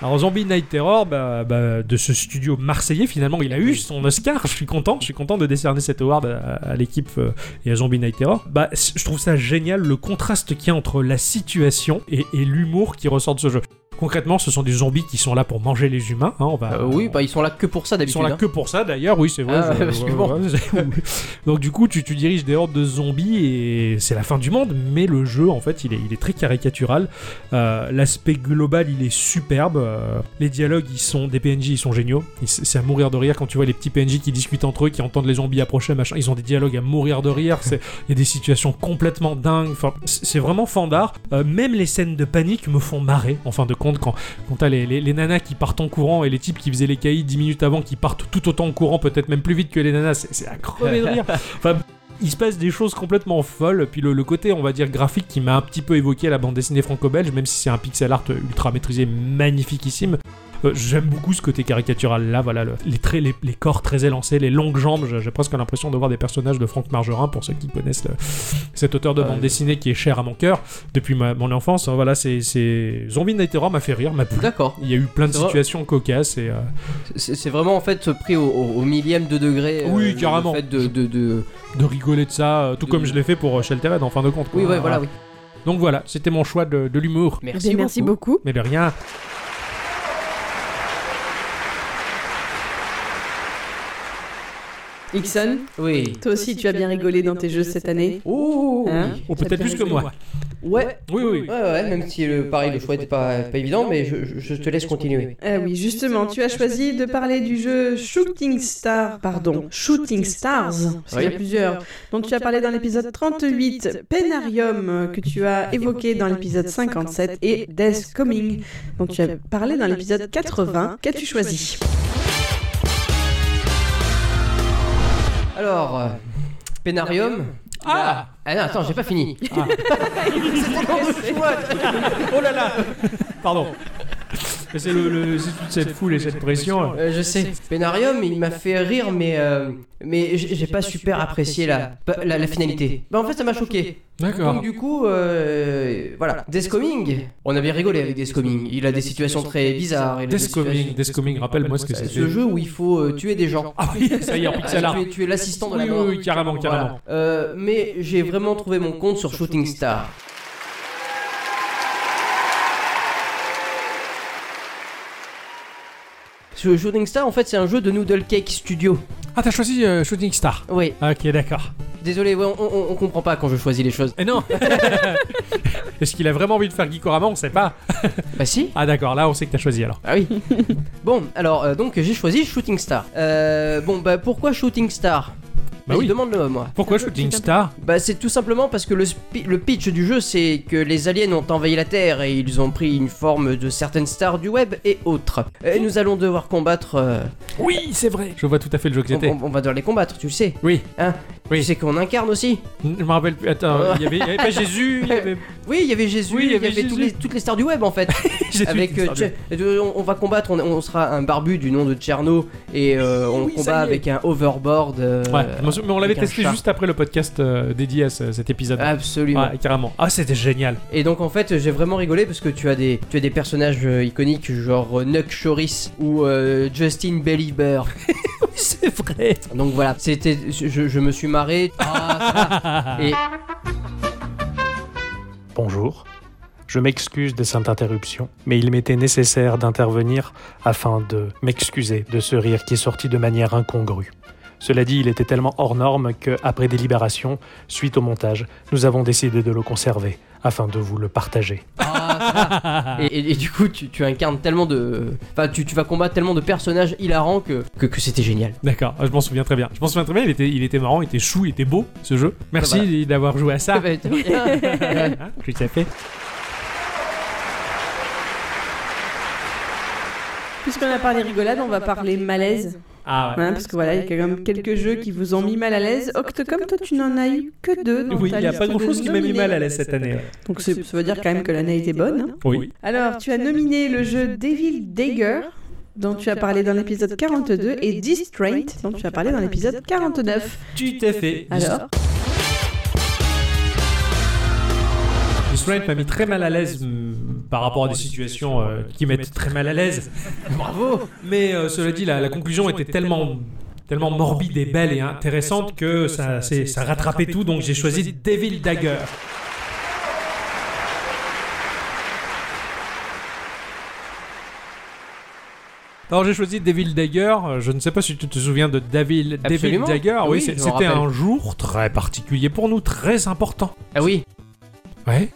Speaker 1: Alors Zombie Night Terror, bah, bah, de ce studio marseillais, finalement, il a eu son Oscar. Je suis content, je suis content de décerner cet award à, à l'équipe euh, et à Zombie Night Terror. Bah, c- je trouve ça génial le contraste qu'il y a entre la situation et, et l'humour qui ressort de ce jeu. Concrètement, ce sont des zombies qui sont là pour manger les humains. hein, on va,
Speaker 2: Euh, oui, bah, ils sont là que pour ça
Speaker 1: ils
Speaker 2: d'habitude.
Speaker 1: sont là
Speaker 2: hein.
Speaker 1: que pour ça d'ailleurs, oui c'est vrai.
Speaker 2: Ah,
Speaker 1: je-
Speaker 2: parce que bon.
Speaker 1: ouais. Donc du coup tu, tu diriges des hordes de zombies et c'est la fin du monde, mais le jeu en fait il est, il est très caricatural. Euh, L'aspect global il est superbe. Euh, les dialogues ils sont des PNJ ils sont géniaux. Ils- C'est à mourir de rire quand tu vois les petits PNJ qui discutent entre eux, qui entendent les zombies approcher, machin. Ils ont des dialogues à mourir de rire. C'est il y a des situations complètement dingues. Enfin, c- c'est vraiment fandard. Euh, même les scènes de panique me font marrer. En fin de compte, quand, quand t'as les, les- les nanas qui partent en courant et les types qui faisaient les caïds 10 minutes avant qui partent tout autant en courant, peut-être même plus vite que les nanas, c'est c'est à crever de rire. Enfin, il se passe des choses complètement folles. Puis le, le côté, on va dire, graphique qui m'a un petit peu évoqué la bande dessinée franco-belge, même si c'est un pixel art ultra maîtrisé, magnifiquissime. euh, J'aime beaucoup ce côté caricatural là, voilà, le- les traits, les, les corps très élancés, les longues jambes. j'ai- J'ai presque l'impression de voir des personnages de Franck Margerin pour ceux qui connaissent le- cet auteur de
Speaker 2: Ouais.
Speaker 1: bande dessinée qui est cher à mon cœur depuis ma- mon enfance. Voilà, c'est c'est- Zombie Night Terror m'a fait rire, m'a plu.
Speaker 2: hein. D'accord.
Speaker 1: Il y a eu plein de
Speaker 2: Ça va.
Speaker 1: situations cocasses et euh,
Speaker 2: C'est c'est vraiment en fait pris au, au- au millième de degré. euh,
Speaker 1: Oui,
Speaker 2: le-
Speaker 1: carrément.
Speaker 2: Le fait de, de- de-
Speaker 1: de rigoler de ça, euh, tout
Speaker 2: De-
Speaker 1: comme je l'ai fait pour euh, Sheltered en fin de compte. quoi.
Speaker 2: Oui, ouais, voilà, oui.
Speaker 1: Donc voilà, c'était mon choix de, de l'humour.
Speaker 2: Merci,
Speaker 3: Eh bien, merci beaucoup.
Speaker 1: Mais de rien.
Speaker 3: Ixon,
Speaker 2: Oui.
Speaker 3: toi aussi tu as bien rigolé dans tes jeux cette année.
Speaker 2: Oh,
Speaker 3: Hein
Speaker 2: oui.
Speaker 1: Ou
Speaker 3: Ça
Speaker 1: peut-être
Speaker 3: te
Speaker 1: plus que
Speaker 3: fait
Speaker 1: moi.
Speaker 2: Ouais.
Speaker 1: Oui, oui, oui.
Speaker 2: Ouais, ouais, même si le pareil, le choix n'était pas, pas évident, mais je, je- je te laisse continuer.
Speaker 3: Ah oui, justement, tu as choisi de parler du jeu Shooting Star, pardon, Shooting Stars, parce qu'il y a
Speaker 2: Oui.
Speaker 3: plusieurs, dont tu as parlé dans l'épisode 38, Penarium, euh, que tu as évoqué dans l'épisode 57, et Death Coming, dont tu as parlé dans l'épisode 80. Qu'as-tu choisi
Speaker 2: Alors, euh, Pénarium.
Speaker 1: Ah
Speaker 2: Ah non, attends, j'ai pas fini.
Speaker 1: Oh là là Pardon. Mais C'est le, le- c'est toute cette foule et cette pression. euh.
Speaker 2: Euh, je sais. Pénarium, il m'a fait rire, mais euh, mais j'ai j'ai pas super apprécié la, la, la finalité. Bah en fait, ça m'a choqué. Donc
Speaker 1: D'accord.
Speaker 2: du coup, euh, voilà. Descoming, on avait rigolé avec Descoming. Il a des situations très bizarres. il a des
Speaker 1: Descoming,
Speaker 2: situations-
Speaker 1: Descoming, rappelle-moi ce que
Speaker 2: C'est
Speaker 1: c'était.
Speaker 2: ce jeu où il faut euh, tuer des gens.
Speaker 1: Ah oui, ça y est, en pixel art.
Speaker 2: tu es, tu es l'assistant de la
Speaker 1: Oui,
Speaker 2: mort.
Speaker 1: oui, oui, carrément,
Speaker 2: Voilà.
Speaker 1: carrément.
Speaker 2: Euh, mais j'ai vraiment trouvé mon compte sur Shooting Star. Ce Shooting Star, en fait, c'est un jeu de Noodle Cake Studio.
Speaker 1: Ah, t'as choisi euh, Shooting Star.
Speaker 2: Oui,
Speaker 1: Ah, Ok, d'accord.
Speaker 2: désolé, ouais, on, on- on comprend pas quand je choisis les choses.
Speaker 1: Et non Est-ce qu'il a vraiment envie de faire Gikorama On sait pas.
Speaker 2: Bah si
Speaker 1: Ah, d'accord, là on sait que t'as choisi alors.
Speaker 2: Ah oui Bon, alors, euh, donc j'ai choisi Shooting Star. Euh, bon, bah pourquoi Shooting Star
Speaker 1: Bah
Speaker 2: Vas-y,
Speaker 1: oui.
Speaker 2: Demande-le à moi.
Speaker 1: Pourquoi Shooting Star
Speaker 2: Bah c'est tout simplement parce que le, spi- le pitch du jeu c'est que les aliens ont envahi la Terre et ils ont pris une forme de certaines stars du web et autres. Et nous allons devoir combattre... euh,
Speaker 1: Oui, c'est vrai. Je vois tout à fait le jeu que
Speaker 2: on,
Speaker 1: c'était.
Speaker 2: on- on va devoir les combattre, tu le sais.
Speaker 1: Oui. Oui.
Speaker 2: Tu sais qu'on incarne aussi.
Speaker 1: Je me rappelle plus. Attends, il y avait, il y avait pas Jésus, il y avait.
Speaker 2: Oui, il y avait Jésus,
Speaker 1: Oui,
Speaker 2: il y avait,
Speaker 1: Jésus.
Speaker 2: tous les- toutes les stars du web en fait.
Speaker 1: Jésus
Speaker 2: avec
Speaker 1: qui
Speaker 2: euh,
Speaker 1: sort du-
Speaker 2: Tche- euh, on, on va combattre, on, on sera un barbu du nom de Tcherno et euh, on
Speaker 1: oui, ça y
Speaker 2: combat
Speaker 1: est.
Speaker 2: avec un overboard. euh,
Speaker 1: Ouais, je m'en sou- mais on l'avait
Speaker 2: avec un Ah
Speaker 1: testé
Speaker 2: char.
Speaker 1: juste après le podcast euh, dédié à ce- cet épisode.
Speaker 2: Absolument.
Speaker 1: Ouais, carrément. Ah, c'était génial.
Speaker 2: Et donc en fait j'ai vraiment rigolé parce que tu as des, tu as des personnages euh, iconiques genre euh, Nuck Choris ou euh, Justin Belieber.
Speaker 1: c'est vrai.
Speaker 2: Donc voilà, c'était, je, je me suis marré. Ah, ça va. Et
Speaker 5: Bonjour. Je m'excuse de cette interruption, mais il m'était nécessaire d'intervenir afin de m'excuser de ce rire qui est sorti de manière incongrue. Cela dit, il était tellement hors norme que, après délibération, suite au montage, nous avons décidé de le conserver afin de vous le partager.
Speaker 2: Ah, ça. Et, et- et du coup, tu, tu incarnes tellement de. Enfin, tu, tu vas combattre tellement de personnages hilarants que, que, que c'était génial.
Speaker 1: D'accord, ah, je m'en souviens très bien. Je m'en souviens très bien, il était, il était marrant, il était chou, il était beau, ce jeu. Merci
Speaker 2: Voilà.
Speaker 1: d'avoir joué à ça.
Speaker 2: Ouais.
Speaker 1: Hein, Tout à fait.
Speaker 3: Puisqu'on a parlé rigolade, on va parler malaise,
Speaker 1: Ah ouais.
Speaker 3: hein, parce que voilà, il y a quand même quelques jeux qui vous ont mis mal à l'aise. Octocom, toi tu n'en as eu que deux. dans
Speaker 1: Oui,
Speaker 3: ta
Speaker 1: il n'y a
Speaker 3: liste
Speaker 1: pas grand chose
Speaker 3: de
Speaker 1: qui m'a mis
Speaker 3: nominés.
Speaker 1: mal à l'aise cette année.
Speaker 3: Donc c'est- ça veut dire quand même que l'année était bonne. hein.
Speaker 1: Oui.
Speaker 3: Alors, tu as nominé le jeu Devil Dagger, dont tu as parlé dans l'épisode 42, et Distraint, dont tu as parlé dans l'épisode 49.
Speaker 1: Tout à fait.
Speaker 3: Alors
Speaker 1: Restraint m'a mis très mal à l'aise, mm, par rapport à des situations euh, qui mettent très mal à l'aise.
Speaker 2: Bravo
Speaker 1: Mais euh, cela dit, la, la conclusion était tellement tellement morbide et belle et intéressante que ça, c'est- ça rattrapait tout, donc j'ai choisi Devil Dagger. Alors j'ai choisi Devil Dagger, Euh, je ne sais pas si tu te souviens de Davil- Devil
Speaker 2: Absolument.
Speaker 1: Dagger, oui,
Speaker 2: Oui,
Speaker 1: c'est-
Speaker 2: je me
Speaker 1: c'était
Speaker 2: rappelle.
Speaker 1: un jour très particulier pour nous, très important.
Speaker 2: Ah oui,
Speaker 1: Ouais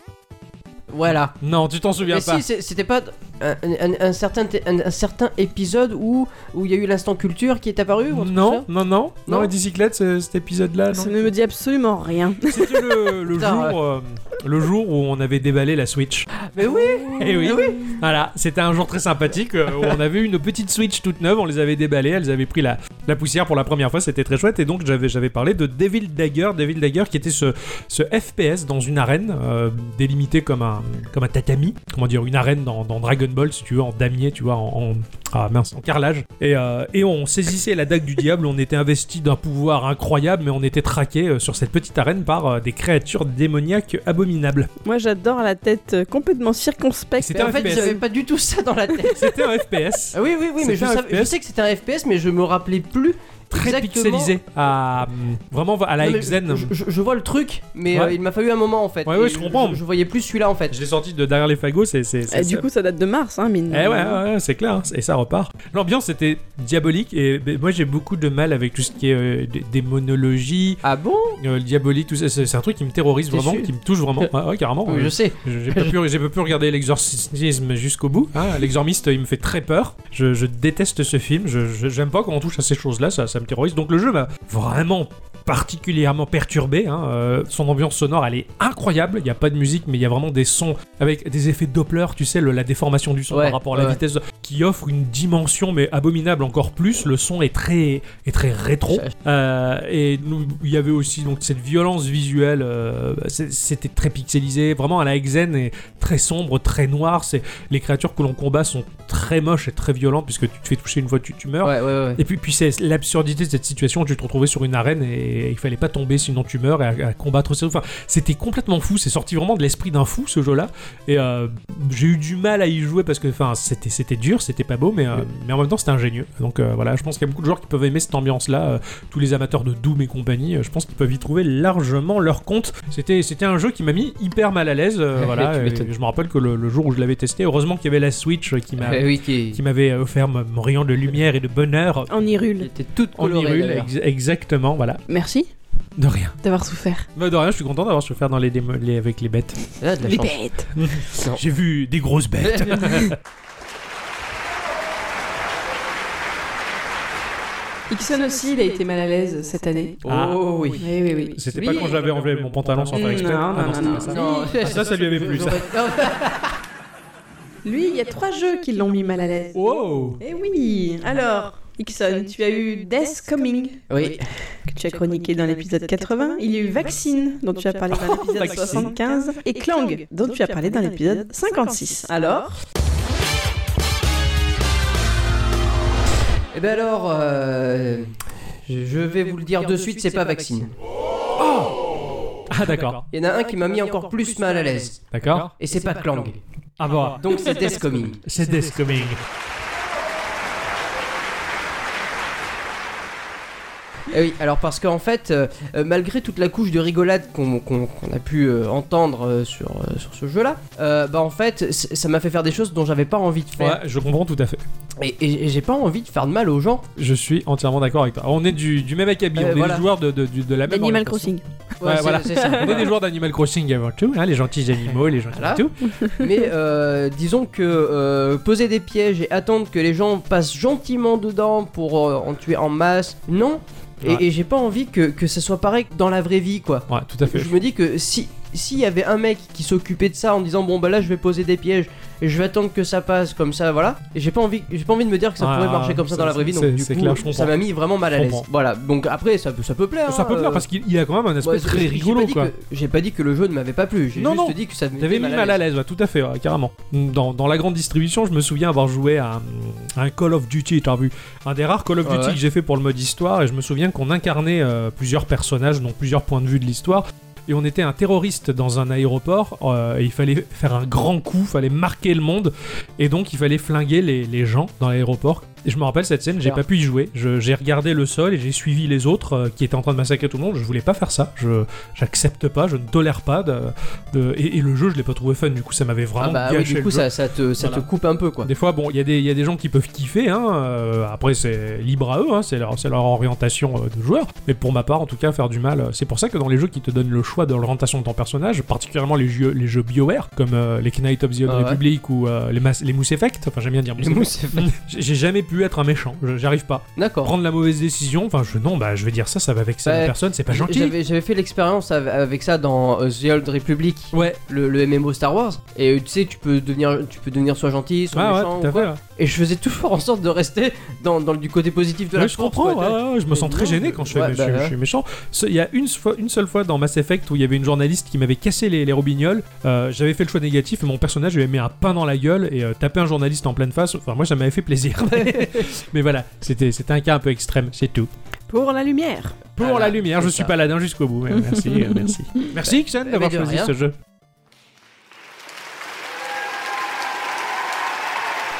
Speaker 2: voilà.
Speaker 1: Non, tu t'en souviens
Speaker 2: Mais
Speaker 1: pas.
Speaker 2: si, c'est- c'était pas un, un- un certain, t- un, un certain épisode où où il y a eu l'instant culture qui est apparu ou un truc comme
Speaker 1: non,
Speaker 2: ça
Speaker 1: non, non, non,
Speaker 2: Non.
Speaker 1: les bicyclettes, ce- cet épisode-là, non.
Speaker 3: Ça ne me dit absolument rien.
Speaker 1: C'était le, le
Speaker 2: Putain,
Speaker 1: jour, euh, le jour où on avait déballé la Switch.
Speaker 2: Mais oui
Speaker 1: Eh oui.
Speaker 2: Ah
Speaker 1: Voilà, c'était un jour très sympathique euh, où on avait une petite Switch toute neuve, on les avait déballées, elles avaient pris la, la poussière pour la première fois, c'était très chouette. Et donc j'avais j'avais parlé de Devil Dagger, Devil Dagger qui était ce, ce FPS dans une arène euh, délimitée comme un, comme un tatami, comment dire, une arène dans, dans Dragon Ball si tu veux, en damier, tu vois, en, en- ah mince, en carrelage. Et, euh, et on saisissait la dague du diable, on était investi d'un pouvoir incroyable, mais on était traqué euh, sur cette petite arène par euh, des créatures démoniaques abominables.
Speaker 3: Moi, j'adore la tête euh, complètement circonspecte.
Speaker 1: C'était
Speaker 2: Mais
Speaker 1: un
Speaker 2: en fait,
Speaker 1: FPS.
Speaker 2: j'avais pas du tout ça dans la tête.
Speaker 1: C'était un FPS.
Speaker 2: Ah oui, oui, oui, mais je,
Speaker 1: C'était un
Speaker 2: savais- je
Speaker 1: FPS.
Speaker 2: sais que c'était un FPS, mais je me rappelais plus
Speaker 1: très
Speaker 2: exactement.
Speaker 1: pixelisé à hum, vraiment à la
Speaker 2: Non, mais
Speaker 1: Exen.
Speaker 2: je, je- je vois le truc, mais
Speaker 1: Ouais.
Speaker 2: euh, il m'a fallu un moment en fait.
Speaker 1: Ouais, ouais,
Speaker 2: Et
Speaker 1: je comprends.
Speaker 2: Je, je voyais plus celui-là en fait.
Speaker 1: Je l'ai sorti de derrière les fagots, c'est c'est
Speaker 3: Et
Speaker 2: Ah,
Speaker 1: c'est-
Speaker 3: du coup, ça date de mars, hein, mine. de
Speaker 1: eh ouais,
Speaker 3: rien.
Speaker 1: ouais, ouais, c'est clair, hein, et ça repart. L'ambiance était diabolique, et ben, moi j'ai beaucoup de mal avec tout ce qui est euh, dé- démonologie,
Speaker 2: Ah bon
Speaker 1: euh, le diabolique, tout ça. C'est c'est un truc qui me terrorise
Speaker 2: T'es
Speaker 1: vraiment,
Speaker 2: sûr
Speaker 1: qui me touche vraiment. Ouais, ouais, carrément.
Speaker 2: Oui,
Speaker 1: euh,
Speaker 2: Je sais.
Speaker 1: Je- J'ai pas, pu- j'ai pas pu regarder l'exorcisme jusqu'au bout. hein. L'exormiste, il me fait très peur. Je, je déteste ce film. Je je- j'aime pas quand on touche à ces choses-là. Ça, ça me terrorise. Donc le jeu m'a vraiment particulièrement perturbé. hein. Euh, son ambiance sonore, elle est incroyable. Il y a pas de musique, mais il y a vraiment des sons avec des effets Doppler. Tu sais, le- la déformation du son
Speaker 2: Ouais,
Speaker 1: par rapport à la
Speaker 2: ouais.
Speaker 1: vitesse, qui offre une dimension mais abominable encore plus. Le son est très est très rétro. Euh, et nous- il y avait aussi donc cette violence visuelle, euh, c'est- c'était très pixelisé, vraiment à la Exen et très sombre, très noir. C'est les créatures que l'on combat sont très moches et très violentes puisque tu te fais toucher une fois tu, tu meurs.
Speaker 2: Ouais, ouais, ouais.
Speaker 1: Et puis, puis c'est l'absurdité de cette situation, tu te retrouvais sur une arène et il fallait pas tomber sinon tu meurs et à, à combattre. ces- Enfin, c'était complètement fou, c'est sorti vraiment de l'esprit d'un fou ce jeu-là. Et euh, j'ai eu du mal à y jouer parce que enfin, c'était, c'était dur, c'était pas beau, mais,
Speaker 2: Mm.
Speaker 1: euh, mais en même temps c'était ingénieux. Donc euh, voilà, je pense qu'il y a beaucoup de joueurs qui peuvent aimer cette ambiance-là. euh, tous les amateurs de Doom et compagnie, euh, je pense qu'ils peuvent y trouver largement leur compte. C'était, c'était un jeu qui m'a mis hyper mal à l'aise. euh, voilà,
Speaker 2: Tu
Speaker 1: et
Speaker 2: m'étonnes.
Speaker 1: je me rappelle que le, le jour où je l'avais testé, heureusement qu'il y avait la Switch qui m'a.
Speaker 2: Eh oui, qui,
Speaker 1: qui m'avait offert mon rayon de lumière et de bonheur
Speaker 3: En
Speaker 2: qui
Speaker 3: Irule.
Speaker 2: était toute
Speaker 1: en
Speaker 2: colorée.
Speaker 1: Hyrule,
Speaker 2: d'ailleurs.
Speaker 1: ex- exactement, voilà.
Speaker 3: Merci
Speaker 1: De rien.
Speaker 3: d'avoir souffert.
Speaker 1: Bah, de rien, je suis content d'avoir souffert dans les, démo- les- avec les bêtes.
Speaker 2: Là, Ah, de la
Speaker 3: Les
Speaker 2: chance.
Speaker 3: bêtes.
Speaker 1: J'ai vu des grosses bêtes.
Speaker 3: Ixon aussi, il a été mal à l'aise cette année.
Speaker 2: oh oui.
Speaker 3: Oui, oui, oui.
Speaker 1: Ah, C'était
Speaker 3: Oui.
Speaker 1: pas quand j'avais enlevé mon pantalon sans faire
Speaker 3: Non,
Speaker 1: exprès. Ah
Speaker 3: non,
Speaker 1: non,
Speaker 3: non,
Speaker 1: c'était
Speaker 3: non.
Speaker 1: pas ça.
Speaker 2: Non,
Speaker 1: Ah, ça, ça lui avait plu, ça.
Speaker 2: j'aurais-
Speaker 3: Lui, il y a trois jeux qui l'ont mis mal à l'aise.
Speaker 1: Wow.
Speaker 3: Eh oui Alors, Ixon, tu as eu Death Coming,
Speaker 2: Oui,
Speaker 3: que tu as chroniqué dans l'épisode 80. Il y a eu Vaccine, dont tu as parlé dans l'épisode
Speaker 1: Vaccine.
Speaker 3: 75. Et Clang, dont tu as parlé dans l'épisode 56. Alors
Speaker 2: et bien Eh ben alors, euh, je je vais vous le dire de suite, c'est pas vaccine.
Speaker 1: Ah d'accord.
Speaker 2: Il y en a un qui m'a mis encore plus mal à l'aise,
Speaker 1: D'accord.
Speaker 2: et c'est pas Clang.
Speaker 1: Ah bah,
Speaker 2: Donc c'est Death Coming.
Speaker 1: c'est Death Coming.
Speaker 2: Eh oui, alors parce qu'en fait, euh, euh, malgré toute la couche de rigolade qu'on qu'on- qu'on a pu euh, entendre euh, sur, euh, sur ce jeu-là, euh, bah en fait, c- ça m'a fait faire des choses dont j'avais pas envie de faire.
Speaker 1: Ouais, je comprends tout à fait.
Speaker 2: Et, et- et j'ai pas envie de faire de mal aux gens.
Speaker 1: Je suis entièrement d'accord avec toi. On est du, du même acabit,
Speaker 2: Euh,
Speaker 1: on est
Speaker 2: voilà.
Speaker 1: des joueurs de, de, de- de la même
Speaker 3: Animal
Speaker 1: orientation.
Speaker 3: Crossing.
Speaker 1: Ouais,
Speaker 2: c'est-
Speaker 1: voilà.
Speaker 2: c'est ça.
Speaker 1: On est des joueurs d'Animal Crossing avant tout, hein, les gentils animaux, les gentils
Speaker 2: Voilà.
Speaker 1: tout.
Speaker 2: Mais euh, disons que euh, poser des pièges et attendre que les gens passent gentiment dedans pour euh, en tuer en masse, non. Et-
Speaker 1: Ouais.
Speaker 2: Et, j'ai pas envie que, que ça soit pareil dans la vraie vie, quoi.
Speaker 1: Ouais, tout à fait.
Speaker 2: Je me dis que si s'il y avait un mec qui s'occupait de ça en disant bon bah là je vais poser des pièges et je vais attendre que ça passe comme ça voilà et j'ai pas envie j'ai pas envie de me dire que ça
Speaker 1: Ah,
Speaker 2: pourrait marcher comme ça dans la vraie vie donc
Speaker 1: c'est-
Speaker 2: du
Speaker 1: c'est
Speaker 2: coup
Speaker 1: clair, je comprends.
Speaker 2: ça m'a mis vraiment mal à
Speaker 1: Je
Speaker 2: l'aise
Speaker 1: comprends.
Speaker 2: voilà donc après ça, peut- ça peut plaire euh,
Speaker 1: Ça peut plaire parce qu'il il a quand même un aspect très rigolo quoi.
Speaker 2: j'ai pas dit que le jeu ne m'avait pas plu j'ai
Speaker 1: Non,
Speaker 2: juste
Speaker 1: non.
Speaker 2: dit que ça me
Speaker 1: T'avais
Speaker 2: mettait
Speaker 1: mis mal à l'aise, ouais, tout à fait, ouais, carrément. Dans, dans la grande distribution, je me souviens avoir joué à un, un Call of Duty, t'as vu Un des rares Call of
Speaker 2: Ouais,
Speaker 1: Duty
Speaker 2: ouais.
Speaker 1: que j'ai fait pour le mode histoire, et je me souviens qu'on incarnait euh, plusieurs personnages, donc plusieurs points de vue de l'histoire. et on était un terroriste dans un aéroport. euh, et il fallait faire un grand coup, fallait marquer le monde, et donc il fallait flinguer les, les gens dans l'aéroport. Et je me rappelle cette scène, j'ai
Speaker 2: Super.
Speaker 1: pas pu y jouer. Je- J'ai regardé le sol et j'ai suivi les autres euh, qui étaient en train de massacrer tout le monde. Je voulais pas faire ça. Je j'accepte pas, je ne tolère pas. de- de- et, et le jeu, je l'ai pas trouvé fun. Du coup, ça m'avait vraiment
Speaker 2: Ah bah oui,
Speaker 1: gâché
Speaker 2: du
Speaker 1: le
Speaker 2: coup,
Speaker 1: jeu.
Speaker 2: ça, ça te, ça
Speaker 1: Voilà.
Speaker 2: te coupe un peu, quoi.
Speaker 1: Des fois, bon, il y, a des- il y a des gens qui peuvent kiffer, hein, euh, après c'est libre à eux, hein, c'est leur, c'est leur orientation euh, de joueur, mais pour ma part, en tout cas, faire du mal, euh, c'est pour ça que dans les jeux qui te donnent le choix de l'orientation de ton personnage, particulièrement les jeux, les jeux BioWare, comme euh, les Knights of the Old
Speaker 2: Ah ouais.
Speaker 1: Republic ou euh, les, Mass- les Moose Effect, enfin j'aime bien dire Moose
Speaker 2: Les
Speaker 1: Effect.
Speaker 2: mousses, c'est fait.
Speaker 1: J'ai j'ai jamais pu être un méchant, je- j'arrive pas.
Speaker 2: D'accord.
Speaker 1: Prendre la mauvaise décision, enfin je, non, bah je vais dire ça, ça va vexer
Speaker 2: Ouais.
Speaker 1: la personne, c'est pas gentil.
Speaker 2: J'avais j'avais fait l'expérience av- avec ça dans euh, The Old Republic,
Speaker 1: Ouais,
Speaker 2: le, le MMO Star Wars. Et euh, tu sais, tu peux devenir, tu peux devenir soit gentil, soit
Speaker 1: ah, ouais,
Speaker 2: méchant.
Speaker 1: tout
Speaker 2: ou
Speaker 1: à fait.
Speaker 2: quoi.
Speaker 1: ouais.
Speaker 2: Et je faisais toujours en sorte de rester dans, dans le- du côté positif de la
Speaker 1: Ouais, je
Speaker 2: chose,
Speaker 1: comprends,
Speaker 2: quoi.
Speaker 1: ouais, ouais, je me
Speaker 2: Mais
Speaker 1: sens très
Speaker 2: non,
Speaker 1: gêné
Speaker 2: mais-
Speaker 1: quand je, fais-
Speaker 2: ouais,
Speaker 1: je-
Speaker 2: bah
Speaker 1: je
Speaker 2: ouais.
Speaker 1: suis méchant. Ce- Il y a une, fois, une seule fois dans Mass Effect où il y avait une journaliste qui m'avait cassé les, les robignoles. Euh, J'avais fait le choix négatif et mon personnage lui avait mis un pain dans la gueule et euh, tapé un journaliste en pleine face. Enfin, moi, ça m'avait fait plaisir. Mais, mais voilà, c'était c'était un cas un peu extrême, c'est tout.
Speaker 3: Pour la lumière.
Speaker 1: Pour
Speaker 2: Voilà,
Speaker 1: la lumière,
Speaker 2: c'est
Speaker 1: je
Speaker 2: ça.
Speaker 1: suis
Speaker 2: Bah,
Speaker 1: paladin jusqu'au bout. Ouais, Merci, euh, merci. Merci, Ixon, d'avoir
Speaker 2: de
Speaker 1: choisi
Speaker 2: rien.
Speaker 1: ce jeu.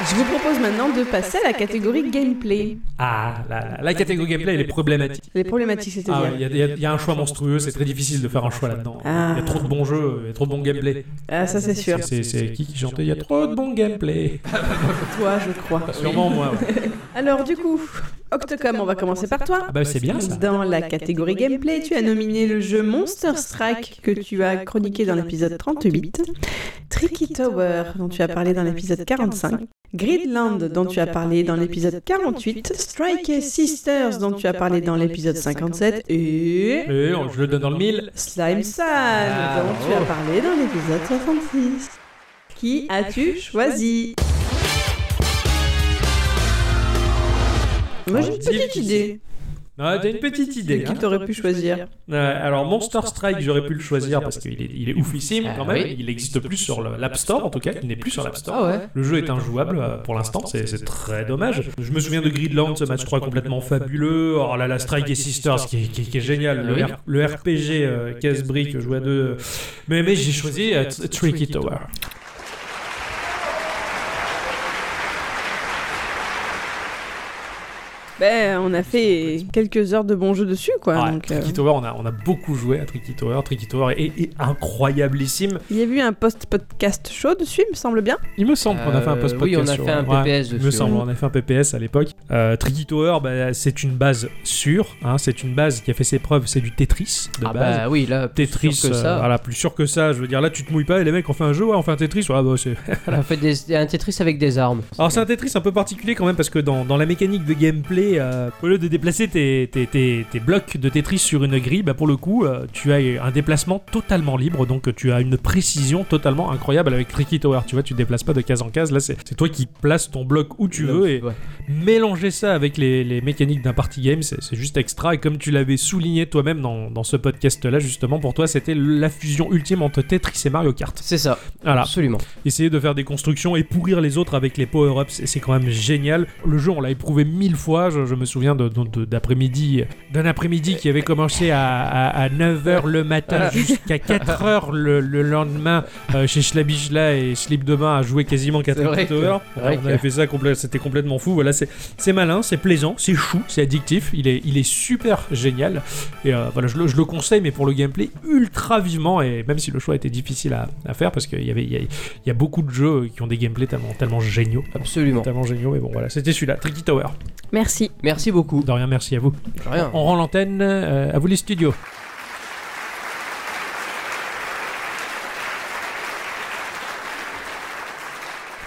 Speaker 3: Je vous propose maintenant de passer à la catégorie gameplay.
Speaker 1: Ah, la, la catégorie gameplay, elle est problématique.
Speaker 3: Les problématiques,
Speaker 1: Ah,
Speaker 3: c'est-à-dire.
Speaker 1: il y, a- il y a- il y a un choix monstrueux, c'est très difficile de faire un choix là-dedans. Il
Speaker 3: Ah.
Speaker 1: y a trop de bons jeux, il y a trop de bons gameplay.
Speaker 3: Ah, ça c'est sûr. Ah,
Speaker 1: C'est, c'est qui qui chantait Il y a trop de bon gameplay.
Speaker 3: Toi, je crois.
Speaker 1: Ah, Sûrement moi.
Speaker 3: Alors du coup, Octocom, on va commencer par toi.
Speaker 1: Ah bah c'est bien ça.
Speaker 3: Dans la catégorie gameplay, tu as nominé le jeu Monster Strike que tu as chroniqué dans l'épisode 38, Tricky Tower dont tu as parlé dans l'épisode 45, Gridland dont tu as parlé dans l'épisode 48, Strike Sisters dont tu as parlé dans l'épisode 57 et
Speaker 1: Et on- je le donne dans le mille.
Speaker 3: Slime Sand dont tu as parlé dans l'épisode 66. Qui as-tu choisi Moi j'ai une petite idée.
Speaker 1: Ah, t'as une petite idée. hein.
Speaker 3: Qui t'aurais pu choisir
Speaker 1: Ouais, alors Monster Strike, j'aurais pu le choisir parce qu'il est, il est oufissime
Speaker 2: Ah
Speaker 1: quand même.
Speaker 2: oui.
Speaker 1: Il existe plus sur le- l'App Store en tout cas. Il n'est plus sur l'App Store.
Speaker 2: Ah ouais.
Speaker 1: Le jeu est injouable euh, pour l'instant, c'est c'est très dommage. Je me souviens de Gridland, ce match 3 complètement fabuleux. Oh là là, Strike et Sisters qui, qui- qui est génial.
Speaker 3: Ah
Speaker 1: Le, R- le RPG euh, casse-brique, joué à deux. Mais, mais j'ai choisi euh, T- Tricky Tower.
Speaker 3: Ben, on a fait quelques heures de bon jeu dessus, quoi.
Speaker 1: Ouais,
Speaker 3: donc, euh,
Speaker 1: Tricky Tower, on a, on a beaucoup joué à Tricky Tower. Tricky Tower est, est incroyablissime.
Speaker 3: Il y a eu un post-podcast chaud dessus, il me semble bien.
Speaker 1: Il me semble qu'on a fait un
Speaker 2: Euh,
Speaker 1: post-podcast.
Speaker 2: oui, on a
Speaker 1: sur-
Speaker 2: fait un
Speaker 1: ouais,
Speaker 2: PPS
Speaker 1: Il me
Speaker 2: dessus, hein.
Speaker 1: semble,
Speaker 3: ouais.
Speaker 1: on a fait un PPS à l'époque. Euh, Tricky Tower, bah, c'est une base sûre. hein, c'est une base qui a fait ses preuves. C'est du Tetris de
Speaker 2: Ah
Speaker 1: base.
Speaker 2: bah oui, là, plus
Speaker 1: Tetris,
Speaker 2: sûr que
Speaker 1: euh,
Speaker 2: ça.
Speaker 1: voilà, plus sûr que ça. Je veux dire, là, tu te mouilles pas et les mecs, on fait un jeu, ouais, on fait un Tetris. ouais, bah, c'est-
Speaker 2: On fait des- un Tetris avec des armes.
Speaker 1: Alors, c'est un Tetris un peu particulier quand même parce que dans, dans la mécanique de gameplay, euh, au lieu de déplacer tes, tes- tes- tes blocs de Tetris sur une grille, bah, pour le coup, euh, tu as un déplacement totalement libre, donc tu as une précision totalement incroyable avec Tricky Tower. Tu vois, tu te déplaces pas de case en case. Là, c'est c'est toi qui places ton bloc où tu veux et,
Speaker 2: Ouais.
Speaker 1: mélanger ça avec les, les mécaniques d'un party game, c'est c'est juste extra. Et comme tu l'avais souligné toi-même dans, dans ce podcast-là, justement, pour toi, c'était la fusion ultime entre Tetris et Mario Kart.
Speaker 2: C'est ça,
Speaker 1: Voilà.
Speaker 2: absolument.
Speaker 1: Essayer de faire des constructions et pourrir les autres avec les power-ups, c'est- c'est quand même génial. Le jeu, on l'a éprouvé mille fois. Je, je me souviens de- de- de- d'après-midi, d'un après-midi qui avait commencé à, 9h le matin jusqu'à 4h le, le lendemain euh, chez Schlabijla et Slip de Bain à jouer quasiment 4
Speaker 2: C'est vrai que-
Speaker 1: heures.
Speaker 2: c'est vrai
Speaker 1: on avait
Speaker 2: que-
Speaker 1: fait ça, complè- c'était complètement fou. Voilà, c'est c'est malin, c'est plaisant, c'est chou, c'est addictif. Il est, il est super génial. Et euh, voilà, je le, je le conseille, mais pour le gameplay, ultra vivement. Et même si le choix était difficile à, à faire, parce qu'il y avait, il y, a- il y a beaucoup de jeux qui ont des gameplays tellement, tellement géniaux.
Speaker 2: Absolument.
Speaker 1: Tellement géniaux, mais bon, voilà, c'était celui-là, Tricky Tower.
Speaker 3: Merci.
Speaker 2: Merci beaucoup.
Speaker 1: De rien, merci à vous.
Speaker 2: Rien.
Speaker 1: On rend l'antenne, euh, à vous les studios.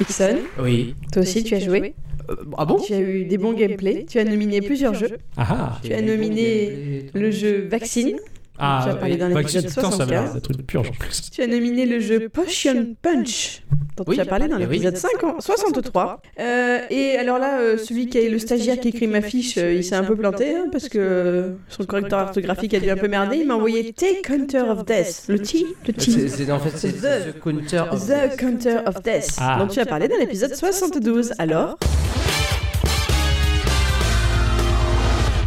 Speaker 3: Ixon,
Speaker 2: Oui.
Speaker 3: toi aussi tu as joué.
Speaker 2: Euh, ah bon
Speaker 3: Tu as eu des bons gameplays. Tu as nominé plusieurs jeux.
Speaker 1: Ah ah,
Speaker 3: Tu as nominé le jeu Vaccine.
Speaker 1: ah
Speaker 3: Tu as parlé dans
Speaker 1: bah,
Speaker 3: l'épisode
Speaker 1: putain, ça va
Speaker 3: 75.
Speaker 1: être un truc de purge en plus.
Speaker 3: Tu as nominé le jeu Potion Punch dont
Speaker 2: Oui.
Speaker 3: tu as parlé dans
Speaker 2: Eh oui.
Speaker 3: l'épisode 50 63. Euh, et alors là, euh, celui qui est le stagiaire qui écrit ma fiche, euh, il s'est un peu planté hein, parce que euh, son correcteur orthographique a dû un peu merder. Il m'a envoyé Take Counter of Death. Le T, le
Speaker 2: C'est
Speaker 3: T.
Speaker 2: c'est- en fait Ah, c'est
Speaker 3: The-
Speaker 2: The Counter. of-
Speaker 3: The Counter of Death,
Speaker 1: Ah.
Speaker 3: dont tu as parlé dans l'épisode 72. Alors,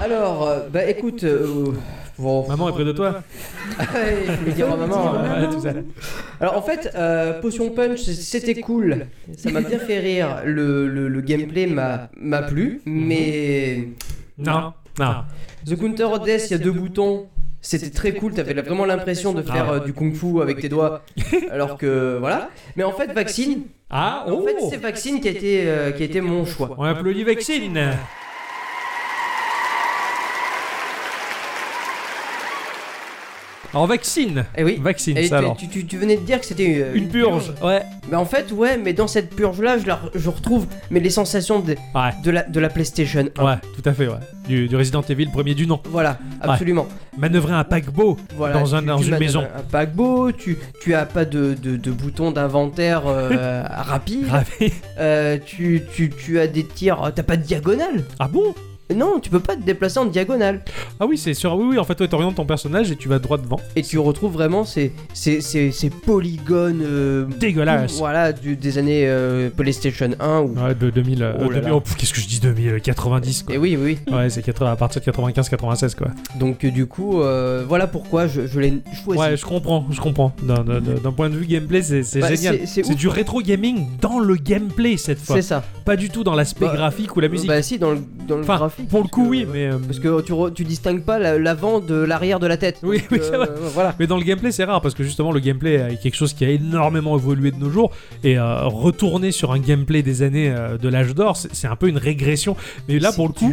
Speaker 2: Alors, euh, bah écoute, euh, Bon.
Speaker 1: Maman est près de toi.
Speaker 2: Ouais, je voulais dire à maman.
Speaker 3: Maman.
Speaker 2: euh,
Speaker 1: Ouais, tout ça.
Speaker 2: Alors en fait, euh, Potion Punch, c'était cool. Ça m'a bien fait rire. Le, le- le gameplay m'a m'a plu. Mais
Speaker 1: Non, non.
Speaker 2: The Counter of Death, il y a deux boutons. C'était très cool. T'avais la- vraiment l'impression de faire euh, du kung fu avec tes doigts. Alors que voilà. Mais en fait, Vaccine.
Speaker 1: Ah,
Speaker 2: En
Speaker 1: oh
Speaker 2: fait, c'est Vaccine qui a été, euh, qui a été mon choix.
Speaker 1: On applaudit Vexine. Alors, Vaccine.
Speaker 2: Et Eh oui.
Speaker 1: Vaccine,
Speaker 2: Et
Speaker 1: ça
Speaker 2: tu-
Speaker 1: alors.
Speaker 2: tu, tu- tu venais de dire que c'était euh,
Speaker 1: Une purge, ouais.
Speaker 2: Mais en fait, ouais, mais dans cette purge-là, je, la re- je retrouve mais les sensations de,
Speaker 1: Ouais.
Speaker 2: de, la, de la PlayStation 1.
Speaker 1: Ouais, tout à fait, ouais. Du, du Resident Evil premier du nom.
Speaker 2: Voilà, absolument.
Speaker 1: Manœuvrer un paquebot
Speaker 2: Voilà,
Speaker 1: Dans un- dans une
Speaker 2: manœuvres
Speaker 1: maison.
Speaker 2: Un paquebot, tu, tu as pas de, de, de bouton d'inventaire euh, rapide.
Speaker 1: gravé.
Speaker 2: Euh, tu, tu, tu as des tirs. oh, T'as pas de diagonale
Speaker 1: Ah bon
Speaker 2: Non, tu peux pas te déplacer en diagonale.
Speaker 1: Ah oui, c'est sûr. Oui, oui, en fait, ouais, t'orientes ton personnage et tu vas droit devant.
Speaker 2: Et tu retrouves vraiment ces, ces, ces, ces polygones. euh,
Speaker 1: Dégueulasse.
Speaker 2: Voilà, du- des années euh, PlayStation 1. Ou...
Speaker 1: Ouais, de 2000. euh,
Speaker 2: Oh là
Speaker 1: 2000
Speaker 2: là.
Speaker 1: oh, pff, Qu'est-ce que je dis 2000 90 quoi.
Speaker 2: Et oui, oui.
Speaker 1: Ouais, c'est 80 à partir de 95-96 quoi.
Speaker 2: Donc, euh, du coup, euh, voilà pourquoi je, je l'ai choisi.
Speaker 1: Ouais, je comprends, je comprends. D'un d'un- d'un- d'un point de vue gameplay, c'est c'est
Speaker 2: Bah,
Speaker 1: génial.
Speaker 2: c'est- c'est
Speaker 1: C'est
Speaker 2: ouf.
Speaker 1: du rétro gaming dans le gameplay cette fois.
Speaker 2: C'est ça.
Speaker 1: Pas du tout dans l'aspect
Speaker 2: Bah,
Speaker 1: graphique ou la musique.
Speaker 2: Bah si, dans le, dans le
Speaker 1: Enfin,
Speaker 2: graphique.
Speaker 1: Pour le
Speaker 2: parce
Speaker 1: coup,
Speaker 2: que-
Speaker 1: oui, mais. euh,
Speaker 2: Parce que tu, re- tu distingues pas la- l'avant de l'arrière de la tête.
Speaker 1: Oui,
Speaker 2: Donc, euh,
Speaker 1: oui, c'est vrai.
Speaker 2: Voilà.
Speaker 1: Mais dans le gameplay, c'est rare parce que justement, le gameplay est quelque chose qui a énormément évolué de nos jours. Et euh, retourner sur un gameplay des années euh, de l'âge d'or, c'est c'est un peu une régression. Mais là, pour le coup,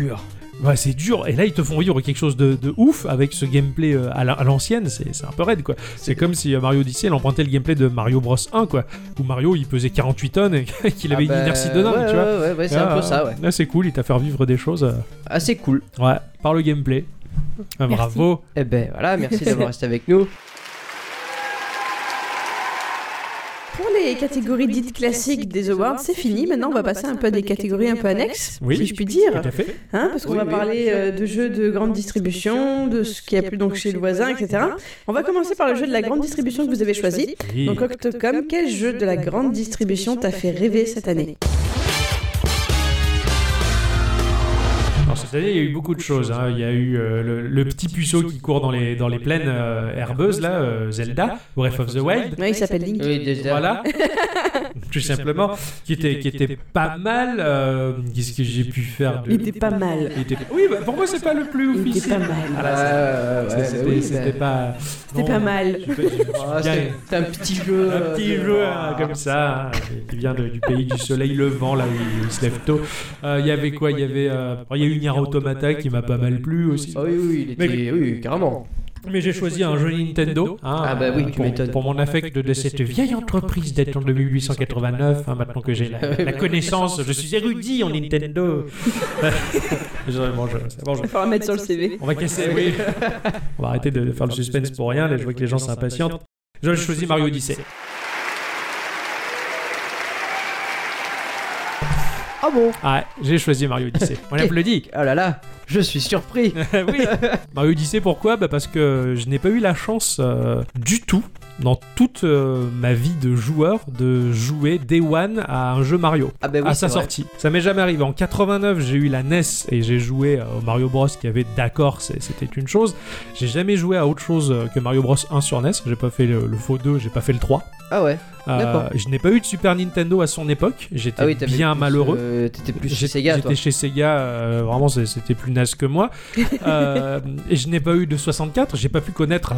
Speaker 1: ouais, c'est dur. Et là, ils te font vivre quelque chose de, de ouf avec ce gameplay euh, à la- à l'ancienne. C'est c'est un peu raide, quoi. C'est comme si euh, Mario Odyssey, elle empruntait le gameplay de Mario Bros 1, quoi. Où Mario, il pesait 48 tonnes et qu'il avait
Speaker 2: Ah bah,
Speaker 1: une inertie de dingue,
Speaker 2: ouais,
Speaker 1: tu vois.
Speaker 2: Ouais, ouais, ouais, c'est
Speaker 1: Ah,
Speaker 2: un peu ça, ouais.
Speaker 1: Là, c'est cool, il t'a fait vivre des choses. euh,
Speaker 2: Assez cool.
Speaker 1: ouais, par le gameplay. Ah, bravo.
Speaker 2: Eh ben voilà, merci d'avoir resté avec nous.
Speaker 3: Pour les catégories dites classiques des awards, c'est fini. Maintenant, on va passer un peu à des catégories un peu annexes,
Speaker 1: Oui.
Speaker 3: si je puis
Speaker 1: Tout
Speaker 3: dire.
Speaker 1: à fait.
Speaker 3: Hein, parce qu'on
Speaker 2: Oui,
Speaker 3: va
Speaker 2: oui.
Speaker 3: parler euh, de jeux de grande distribution, de ce qu'il y a plus donc chez le voisin, etc. On va commencer par le jeu de la grande distribution que vous avez choisi.
Speaker 1: Oui.
Speaker 3: Donc Octocom, quel jeu de la grande distribution t'a fait rêver cette année
Speaker 1: Alors, cette année, il y a eu beaucoup de choses. hein. Il y a eu euh, le, le petit puceau qui court dans les, dans les plaines euh, herbeuses, là, euh, Zelda, Breath of the Wild.
Speaker 3: Ouais, Il s'appelle Link.
Speaker 2: Oui, déjà.
Speaker 1: Voilà, tout simplement, qui était, qui était pas mal. euh, Qu'est-ce que j'ai pu faire de-
Speaker 3: Il était pas mal.
Speaker 1: Il était- Oui, bah, pour moi, c'est pas le plus
Speaker 3: Il était
Speaker 1: officiel.
Speaker 3: pas mal.
Speaker 1: Ah, là,
Speaker 2: Ouais,
Speaker 1: c'est-
Speaker 2: ouais,
Speaker 1: c'était
Speaker 2: ouais, oui,
Speaker 1: c'était
Speaker 2: ben,
Speaker 1: pas.
Speaker 3: C'était pas mal.
Speaker 1: Je sais pas, j'ai- bien.
Speaker 2: ah, c'est c'est un petit jeu.
Speaker 1: Un
Speaker 2: euh,
Speaker 1: petit
Speaker 2: de-
Speaker 1: jeu hein, comme ça, hein, qui vient de- du pays du soleil levant, là où il se lève tôt. Euh, Il y avait quoi Il y avait. euh, Il y a eu Nier Automata qui m'a pas mal plu aussi.
Speaker 2: Ah oui, oui, il
Speaker 1: Mais-
Speaker 2: était. Oui, carrément.
Speaker 1: Mais j'ai choisi un jeu Nintendo. hein,
Speaker 2: Ah bah oui,
Speaker 1: euh,
Speaker 2: tu
Speaker 1: pour,
Speaker 2: m'étonnes.
Speaker 1: pour mon affect de, de cette vieille entreprise datant de 1889. hein, maintenant que j'ai la, la connaissance, je suis érudit en Nintendo. Je- bon, je- c'est bon, je-
Speaker 3: Il va falloir mettre sur le CV.
Speaker 1: On va casser, Eh oui. On va arrêter de faire le suspense pour rien. Là, je vois que les gens s'impatientent. Je choisis Mario Odyssey.
Speaker 2: Ah bon
Speaker 1: Ah, j'ai choisi Mario Odyssey. On applaudit.
Speaker 2: Oh là là, je suis surpris.
Speaker 1: oui. Mario Odyssey, pourquoi bah Parce que je n'ai pas eu la chance euh, du tout, dans toute euh, ma vie de joueur, de jouer Day One à un jeu Mario.
Speaker 2: Ah bah oui,
Speaker 1: à sa
Speaker 2: c'est vrai.
Speaker 1: sortie. Ça m'est jamais arrivé. En 89, j'ai eu la NES et j'ai joué euh, au Mario Bros qui avait d'accord, c'est- c'était une chose. J'ai jamais joué à autre chose euh, que Mario Bros 1 sur NES. J'ai pas fait le, le faux 2, j'ai pas fait le 3.
Speaker 2: Ah ouais.
Speaker 1: Euh,
Speaker 2: D'accord.
Speaker 1: je n'ai pas eu de Super Nintendo à son époque. J'étais
Speaker 2: Ah oui, t'avais
Speaker 1: bien
Speaker 2: plus,
Speaker 1: malheureux.
Speaker 2: euh, T'étais plus chez
Speaker 1: J'ai-
Speaker 2: Sega, toi.
Speaker 1: J'étais chez Sega, euh, vraiment c'est- c'était plus naze que moi. Euh, et je n'ai pas eu de 64, j'ai pas pu connaître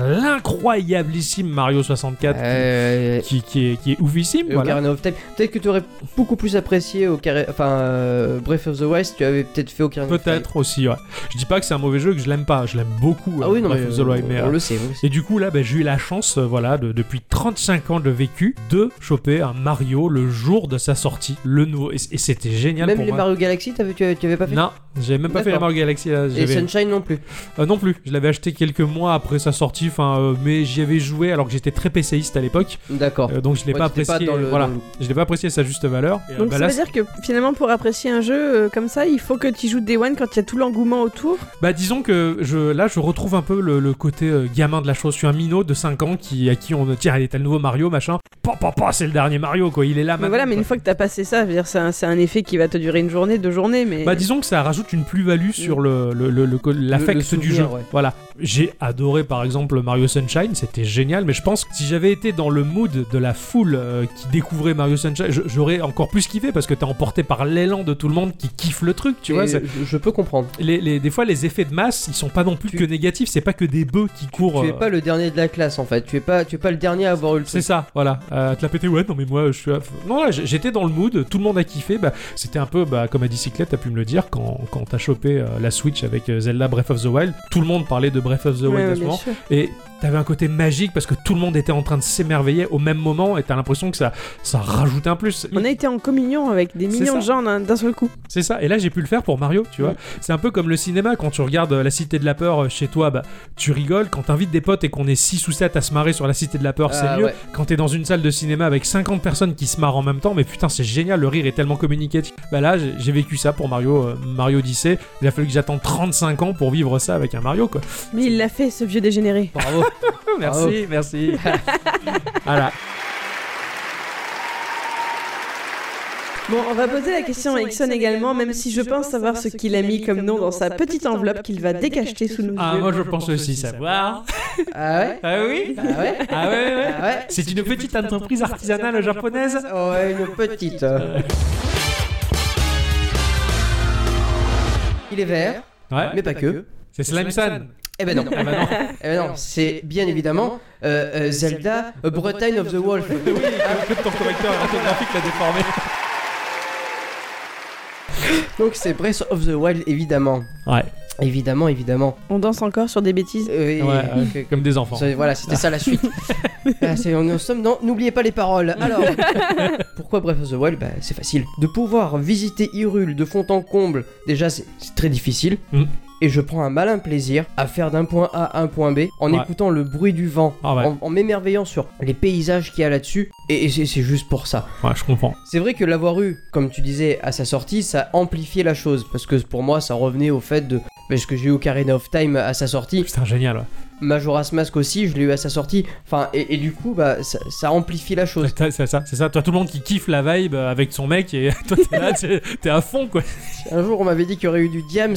Speaker 1: l'incroyablissime Mario 64 qui-
Speaker 2: Euh,
Speaker 1: qui, qui est, qui est oufissime.
Speaker 2: Et
Speaker 1: voilà.
Speaker 2: Ocarina of Time. Peut-être que tu aurais beaucoup plus apprécié Ocarina... enfin, euh, Breath of the Wild si tu avais peut-être fait Ocarina of Time.
Speaker 1: Peut-être aussi, ouais. Je dis pas que c'est un mauvais jeu, que je l'aime pas, je l'aime beaucoup.
Speaker 2: Ah
Speaker 1: euh,
Speaker 2: oui, non,
Speaker 1: Breath
Speaker 2: mais,
Speaker 1: of the Wild,
Speaker 2: euh,
Speaker 1: mais,
Speaker 2: on
Speaker 1: euh,
Speaker 2: le sait, on le sait.
Speaker 1: Et du coup, là, bah, j'ai eu la chance, euh, voilà, de- depuis 35 ans de vécu, de choper un Mario le jour de sa sortie, le nouveau. Et, c- et c'était génial
Speaker 2: Même
Speaker 1: pour
Speaker 2: les
Speaker 1: moi.
Speaker 2: Mario Galaxy, t'avais- tu avais, tu avais pas fait
Speaker 1: Non, j'avais même pas fait la
Speaker 2: D'accord.
Speaker 1: Mario Galaxy. là,
Speaker 2: Et
Speaker 1: j'avais-
Speaker 2: Sunshine non plus.
Speaker 1: Euh, non plus, je l'avais acheté quelques mois après sa sortie, enfin, euh, mais j'y avais joué alors que j'étais très PCiste à l'époque,
Speaker 2: D'accord.
Speaker 1: euh, donc je l'ai
Speaker 2: Oh. Ouais,
Speaker 1: pas
Speaker 2: t'étais
Speaker 1: apprécié.
Speaker 2: dans le-
Speaker 1: voilà,
Speaker 2: dans le-
Speaker 1: je l'ai pas apprécié à sa juste valeur. Et, euh,
Speaker 3: Donc
Speaker 1: bah,
Speaker 3: ça
Speaker 1: là,
Speaker 3: veut dire que finalement pour apprécier un jeu euh, comme ça, il faut que tu joues Day One quand il y a tout l'engouement autour.
Speaker 1: Bah disons que je, là je retrouve un peu le, le côté euh, gamin de la chose. Je suis un minot de 5 ans qui, à qui on tire, allez t'as le nouveau Mario machin. Pa, pa, pa, c'est le dernier Mario quoi, il est là
Speaker 3: mais
Speaker 1: maintenant,
Speaker 3: voilà, mais
Speaker 1: quoi.
Speaker 3: une fois que t'as passé ça, je veux dire, c'est un, c'est un effet qui va te durer une journée, deux journées, mais
Speaker 1: Bah disons que ça rajoute une plus-value sur le, le, le- le-
Speaker 2: Le- le
Speaker 1: l'affect
Speaker 2: souvenir,
Speaker 1: du jeu.
Speaker 2: ouais.
Speaker 1: Voilà. J'ai adoré par exemple Mario Sunshine, c'était génial, mais je pense que si j'avais été dans le mood de la foule euh, qui découvrait Mario Sunshine, je- j'aurais encore plus kiffé parce que t'es emporté par l'élan de tout le monde qui kiffe le truc, tu vois.
Speaker 2: Et
Speaker 1: c'est-
Speaker 2: je, je peux comprendre.
Speaker 1: Les, les- des fois, les effets de masse, ils sont pas non plus
Speaker 2: Tu-
Speaker 1: que négatifs, c'est pas que des bœufs qui courent.
Speaker 2: Tu
Speaker 1: euh,
Speaker 2: es pas le dernier de la classe en fait. Tu es pas, tu es pas le dernier à avoir eu le
Speaker 1: C'est
Speaker 2: truc.
Speaker 1: ça, voilà. Euh, te la péter, ouais, non mais moi je suis. à- Non, là, j- j'étais dans le mood, tout le monde a kiffé. Bah, c'était un peu bah, comme à Dicyclette, t'as pu me le dire, quand, quand t'as chopé euh, la Switch avec euh, Zelda Breath of the Wild, tout le monde parlait de Breath of the
Speaker 3: Ouais,
Speaker 1: Wild à
Speaker 3: ouais,
Speaker 1: ce
Speaker 3: bien
Speaker 1: moment.
Speaker 3: sûr.
Speaker 1: Et t'avais un côté magique parce que tout le monde était en train de s'émerveiller au même moment et t'as l'impression que ça, ça rajoute un plus.
Speaker 3: On a été en communion avec des
Speaker 1: C'est
Speaker 3: millions
Speaker 1: ça.
Speaker 3: de gens d'un d'un seul coup.
Speaker 1: C'est ça. Et là, j'ai pu le faire pour Mario, tu vois.
Speaker 2: Mm.
Speaker 1: C'est un peu comme le cinéma. Quand tu regardes euh, La Cité de la Peur euh, chez toi, bah, tu rigoles. Quand t'invites des potes et qu'on est 6 ou 7 à se marrer sur La Cité de la Peur,
Speaker 2: Ah,
Speaker 1: c'est mieux.
Speaker 2: ouais.
Speaker 1: Quand t'es dans une salle de cinéma avec 50 personnes qui se marrent en même temps, mais putain, c'est génial, le rire est tellement communicatif. Bah là, j'ai j'ai vécu ça pour Mario, euh, Mario Odyssey. Il a fallu que j'attende 35 ans pour vivre ça avec un Mario, quoi.
Speaker 3: Mais il l'a fait, ce vieux dégénéré.
Speaker 2: Bravo.
Speaker 1: Merci,
Speaker 2: Bravo.
Speaker 1: merci. voilà.
Speaker 3: Bon, on va poser la question à Ixon également, même si je pense savoir ce qu'il a mis comme nom dans sa petite enveloppe qu'il va décacheter sous nos
Speaker 1: Ah,
Speaker 3: yeux.
Speaker 1: moi, je pense aussi savoir.
Speaker 2: Ah ouais.
Speaker 1: Ah oui
Speaker 2: Ah ouais.
Speaker 1: Ah ouais, ouais.
Speaker 2: Ah ouais.
Speaker 1: C'est une petite entreprise artisanale japonaise
Speaker 2: Ouais, une petite. hein. Il est vert,
Speaker 1: Ouais,
Speaker 2: mais pas que.
Speaker 1: c'est Slime Sun.
Speaker 2: Eh ben non.
Speaker 1: Ah bah non.
Speaker 2: Eh ben non, c'est bien évidemment euh, euh, Zelda euh, Bretagne of the Wolf.
Speaker 1: Oui, comme ton correcteur orthographique l'a déformé.
Speaker 2: Donc c'est Breath of the Wild évidemment.
Speaker 1: Ouais,
Speaker 2: Évidemment, évidemment.
Speaker 3: On danse encore sur des bêtises.
Speaker 2: Euh, et-
Speaker 1: Ouais,
Speaker 2: que- que-
Speaker 1: comme des enfants.
Speaker 2: ça- voilà, c'était ça la suite. Ah, c'est- on est en somme, non, n'oubliez pas les paroles. Alors, pourquoi Breath of the Wild Bah, c'est facile. De pouvoir visiter Hyrule de fond en comble, déjà, c'est c'est très difficile.
Speaker 1: Mm.
Speaker 2: Et je prends un malin plaisir à faire d'un point A à un point B en
Speaker 1: Ouais.
Speaker 2: écoutant le bruit du vent,
Speaker 1: Ah ouais.
Speaker 2: en, en m'émerveillant sur les paysages qu'il y a là-dessus. Et, et c'est c'est juste pour ça.
Speaker 1: Ouais, je comprends.
Speaker 2: C'est vrai que l'avoir eu, comme tu disais, à sa sortie, ça amplifiait la chose. Parce que pour moi, ça revenait au fait de. Parce que j'ai eu Ocarina of Time à sa sortie,
Speaker 1: Putain, génial. ouais.
Speaker 2: Majora's Mask aussi, je l'ai eu à sa sortie. Enfin, et, et du coup, bah, ça, ça amplifie la chose.
Speaker 1: C'est c'est ça, c'est ça. Toi, tout le monde qui kiffe la vibe euh, avec son mec et toi, t'es là, t'es t'es à fond, quoi.
Speaker 2: Un jour, on m'avait dit qu'il y aurait eu du Diams.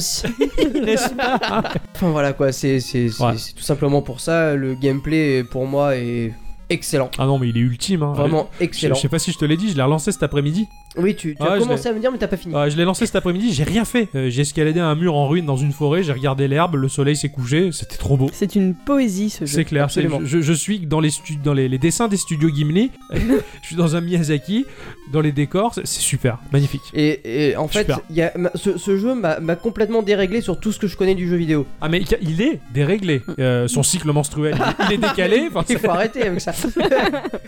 Speaker 2: Enfin, voilà quoi, c'est c'est- c'est-
Speaker 1: Ouais.
Speaker 2: c'est tout simplement pour ça. Le gameplay, pour moi, est excellent.
Speaker 1: Ah non, mais il est ultime. Hein.
Speaker 2: Vraiment
Speaker 1: Je, je
Speaker 2: excellent.
Speaker 1: sais pas si je te l'ai dit, je l'ai relancé cet après-midi.
Speaker 2: Oui, tu, tu
Speaker 1: Ouais,
Speaker 2: as
Speaker 1: je
Speaker 2: commencé à me dire, mais t'as pas fini.
Speaker 1: Euh, je l'ai lancé cet après-midi, j'ai rien fait. Euh, j'ai escaladé un mur en ruine dans une forêt, j'ai regardé l'herbe, le soleil s'est couché, c'était trop beau.
Speaker 3: C'est une poésie, ce jeu.
Speaker 1: C'est clair, c'est-
Speaker 2: absolument.
Speaker 1: je, je suis dans les, stu- dans les, les dessins des studios Gimli, je suis dans un Miyazaki, dans les décors, c'est c'est super, magnifique.
Speaker 2: Et, et en fait,
Speaker 1: Super.
Speaker 2: il y a- ma- ce, ce jeu m'a m'a complètement déréglé sur tout ce que je connais du jeu vidéo.
Speaker 1: Ah mais il- il est déréglé, Euh, son cycle menstruel, il- il est décalé. enfin,
Speaker 2: Il faut arrêter avec ça.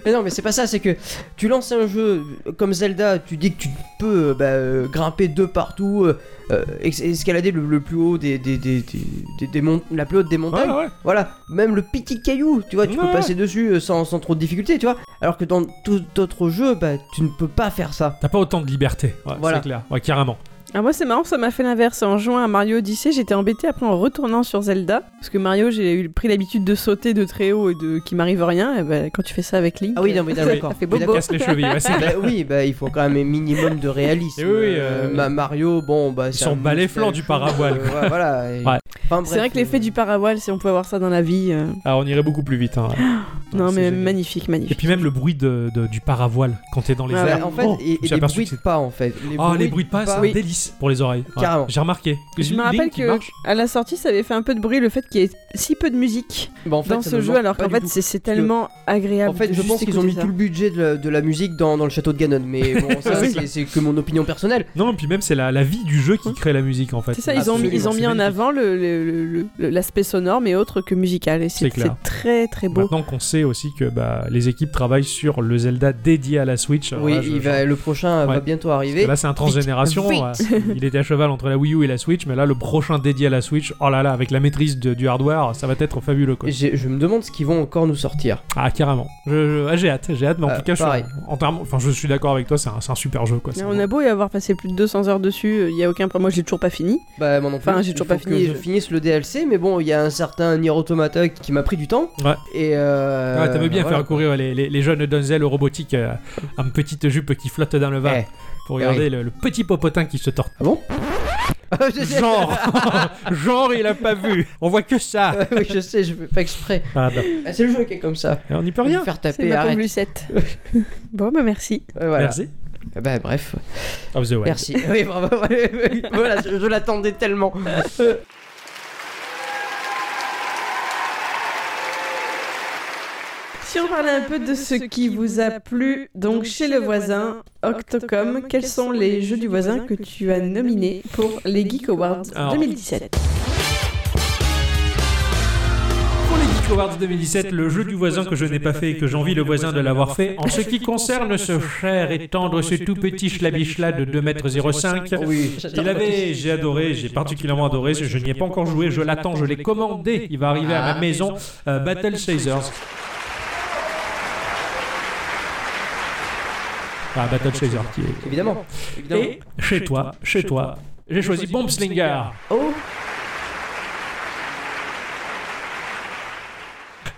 Speaker 2: mais non, mais c'est pas ça, c'est que tu lances un jeu comme Zelda, tu dis que tu peux euh, bah, euh, grimper de partout, euh, euh, ex- escalader le, le plus haut des, des, des, des- des- des mont- la plus haute des
Speaker 1: ouais,
Speaker 2: montagnes.
Speaker 1: ouais.
Speaker 2: Voilà, même le petit caillou, tu vois, tu
Speaker 1: Ouais.
Speaker 2: peux passer dessus euh, sans, sans trop de difficulté, tu vois. Alors que dans tout autre jeu, bah, tu ne peux pas faire ça.
Speaker 1: T'as pas autant de liberté, Ouais,
Speaker 2: Voilà.
Speaker 1: c'est clair, ouais, carrément.
Speaker 3: Ah, moi, c'est marrant, ça m'a fait l'inverse. En jouant à Mario Odyssey, j'étais embêtée après en retournant sur Zelda. Parce que Mario, j'ai eu- pris l'habitude de sauter de très haut et de qu'il m'arrive rien. Et ben, quand tu fais ça avec Link.
Speaker 2: Ah oui, non, mais
Speaker 3: ça
Speaker 2: d'accord.
Speaker 3: fait
Speaker 2: Mais
Speaker 3: bobo.
Speaker 1: Casse les chevilles, ouais, c'est clair.
Speaker 2: Bah oui, bah il faut quand même un minimum de réalisme.
Speaker 1: Et oui, oui, euh,
Speaker 2: Ma- Mario, bon, bah c'est
Speaker 1: sont
Speaker 2: un
Speaker 1: balais
Speaker 2: multi-
Speaker 1: flancs du paravoile,
Speaker 2: Euh, ouais, voilà. et-
Speaker 1: Ouais.
Speaker 2: Enfin, bref,
Speaker 3: C'est vrai que l'effet
Speaker 2: euh,
Speaker 3: du paravoile, si on peut avoir ça dans la vie. euh,
Speaker 1: Ah, on irait beaucoup plus vite. hein.
Speaker 3: non,
Speaker 1: c'est
Speaker 3: mais
Speaker 1: génial.
Speaker 3: magnifique,
Speaker 1: Et
Speaker 3: magnifique.
Speaker 1: puis même le bruit de, de- du paravoile quand t'es dans les airs.
Speaker 3: Ah
Speaker 2: Bah,
Speaker 3: ouais.
Speaker 2: en fait,
Speaker 1: Oh,
Speaker 2: et, et
Speaker 1: je me suis
Speaker 2: les
Speaker 1: aperçu
Speaker 2: bruits
Speaker 1: que
Speaker 2: de pas en fait. Les
Speaker 1: Ah, les bruits de pas, c'est
Speaker 2: Oui.
Speaker 1: un délice pour les oreilles. Ouais,
Speaker 2: Carrément.
Speaker 1: J'ai remarqué.
Speaker 3: Je me rappelle que à la sortie, ça avait fait un peu de bruit le fait qu'il y ait si peu de musique
Speaker 2: Bah, en fait,
Speaker 3: dans
Speaker 2: ça
Speaker 3: ce
Speaker 2: me
Speaker 3: jeu,
Speaker 2: manque
Speaker 3: alors
Speaker 2: pas
Speaker 3: qu'en
Speaker 2: du
Speaker 3: fait,
Speaker 2: tout.
Speaker 3: c'est- c'est tellement agréable.
Speaker 2: En fait,
Speaker 3: de
Speaker 2: je
Speaker 3: juste
Speaker 2: pense qu'ils ont
Speaker 3: écouter
Speaker 2: mis
Speaker 3: ça.
Speaker 2: tout le budget de la, de la musique dans, dans le château de Ganon, mais bon, ça
Speaker 1: C'est
Speaker 2: c'est c'est que mon opinion personnelle.
Speaker 1: Non, et puis même c'est la, la vie du jeu qui crée la musique en fait.
Speaker 3: Hein C'est ça, ils ont mis, ils ont
Speaker 1: Absolument,
Speaker 3: mis
Speaker 1: c'est
Speaker 3: en
Speaker 1: magnifique.
Speaker 3: avant l'aspect le, le- le- l'aspect sonore, mais autre que musical. Et
Speaker 1: C'est
Speaker 3: c'est
Speaker 1: clair.
Speaker 3: c'est très très beau.
Speaker 1: Maintenant qu'on sait aussi que bah, les équipes travaillent sur le Zelda dédié à la Switch. alors
Speaker 2: oui,
Speaker 1: là, je-
Speaker 2: il va, le prochain
Speaker 1: Ouais.
Speaker 2: va bientôt
Speaker 1: parce
Speaker 2: arriver.
Speaker 1: que Là, c'est un transgénération.
Speaker 2: Vite.
Speaker 1: ouais. Il était à cheval entre la Wii U et la Switch, mais là, le prochain dédié à la Switch, oh là là, avec la maîtrise de- du hardware, ça va être fabuleux. Quoi.
Speaker 2: J'ai- je me demande ce qu'ils vont encore nous sortir.
Speaker 1: Ah, carrément. Je- je- ah, j'ai hâte, j'ai hâte, mais en
Speaker 2: Euh,
Speaker 1: tout cas, je
Speaker 2: pareil.
Speaker 1: suis, en termes- enfin, je suis d'accord avec toi, c'est un, c'est un super jeu. Quoi, c'est
Speaker 3: Mais
Speaker 1: un-
Speaker 3: on a beau y avoir passé plus de 200 heures dessus, euh, il y a aucun problème. Moi, je l'ai toujours pas fini.
Speaker 2: Bah, moi non plus.
Speaker 3: Enfin, j'ai toujours
Speaker 2: Il
Speaker 3: pas
Speaker 2: faut
Speaker 3: fini,
Speaker 2: Que je
Speaker 3: je-
Speaker 2: finisse le DLC, mais bon, il y a un certain Nier Automata qui m'a pris du temps.
Speaker 1: Ouais. Ah,
Speaker 2: Et euh,
Speaker 1: Ouais, t'aimes bien
Speaker 2: voilà.
Speaker 1: faire courir ouais, les, les- les jeunes donzelles robotiques euh, en petite jupe qui flotte dans le vin
Speaker 2: Eh.
Speaker 1: pour regarder le, le petit popotin qui se tord.
Speaker 2: Ah bon
Speaker 1: Genre Genre, il a pas vu On voit que ça
Speaker 2: Ouais, oui, je sais, je fais pas exprès.
Speaker 1: Ah bah,
Speaker 2: Ah, c'est le jeu qui est comme ça.
Speaker 1: on n'y peut
Speaker 2: Faut
Speaker 1: rien
Speaker 2: Faire
Speaker 3: C'est
Speaker 2: taper,
Speaker 3: ma
Speaker 2: arrête.
Speaker 3: lucette. bon, bah merci.
Speaker 2: Ouais, voilà.
Speaker 1: Merci
Speaker 2: Bah bref,
Speaker 1: Of the Wild.
Speaker 2: merci. Oui, bravo. ouais, ouais, voilà, je, je l'attendais tellement.
Speaker 3: Si on parlait un peu de ce qui vous a plu, donc chez le voisin, Octocom, quels sont les jeux du voisin que tu as nominés pour les Geek Awards
Speaker 1: Alors.
Speaker 3: 2017
Speaker 1: Pour les Geek Awards 2017, le jeu du voisin que je n'ai pas fait et que j'envie le voisin de l'avoir fait, en ce qui concerne ce cher et tendre, ce tout petit schlabichla de 2m05,
Speaker 2: Ah Oui,
Speaker 1: Il avait, j'ai adoré, j'ai particulièrement adoré, je, je n'y ai pas encore joué, je l'attends, je l'ai commandé, il va arriver
Speaker 2: Ah,
Speaker 1: à ma maison, euh, Battle Chasers. Ah, Battle Chasers qui est...
Speaker 2: Évidemment. Évidemment.
Speaker 1: Et chez toi, chez toi, j'ai choisi Bomb Slinger.
Speaker 2: Oh,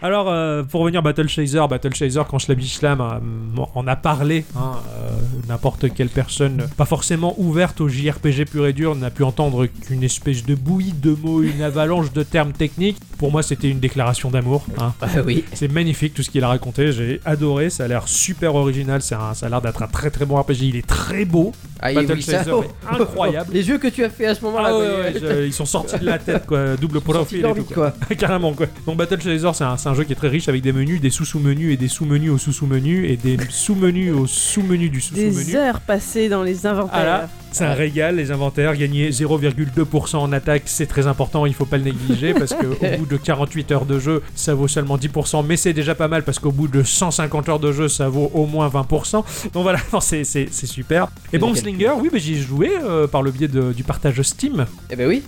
Speaker 1: Alors, euh, pour revenir à Battle Chaser, Battle Chaser, quand Shlaby Schlam euh, en a parlé, hein, euh, n'importe quelle personne, euh, pas forcément ouverte au JRPG pur et dur, n'a pu entendre qu'une espèce de bouillie de mots, une avalanche de termes techniques. Pour moi, c'était une déclaration d'amour. hein.
Speaker 2: ah oui.
Speaker 1: C'est magnifique tout ce qu'il a raconté, j'ai adoré, ça a l'air super original, c'est un- ça a l'air d'être un très très bon RPG, il est très beau.
Speaker 2: Ah,
Speaker 1: Battle
Speaker 2: oui, ça.
Speaker 1: Chaser
Speaker 2: oh.
Speaker 1: est incroyable.
Speaker 2: Les jeux que tu as fait à ce moment-là.
Speaker 1: Ah
Speaker 2: quoi,
Speaker 1: ouais,
Speaker 2: les-
Speaker 1: ouais, je- ils sont sortis de la tête quoi, double
Speaker 2: sortis
Speaker 1: profil
Speaker 2: de leur
Speaker 1: et tout,
Speaker 2: vie, quoi.
Speaker 1: Carrément quoi. Donc Battle Chaser c'est un, c'est un jeu qui est très riche avec des menus, des sous-sous-menus et des sous-menus aux sous-sous-menus et des sous-menus aux sous-menus du
Speaker 3: Des
Speaker 1: sous-sous-menu.
Speaker 3: heures passées dans les inventaires.
Speaker 1: Ah là, c'est un régal les inventaires, gagner 0,2% en attaque c'est très important, il faut pas le négliger parce qu'au bout de 48 heures de jeu ça vaut seulement 10% mais c'est déjà pas mal parce qu'au bout de 150 heures de jeu ça vaut au moins 20%. Donc voilà, non, c'est c'est- c'est super. Et
Speaker 2: C'est
Speaker 1: Bomb
Speaker 2: le
Speaker 1: Slinger, oui mais j'y ai joué euh, par le biais de- du partage Steam.
Speaker 2: Eh ben oui.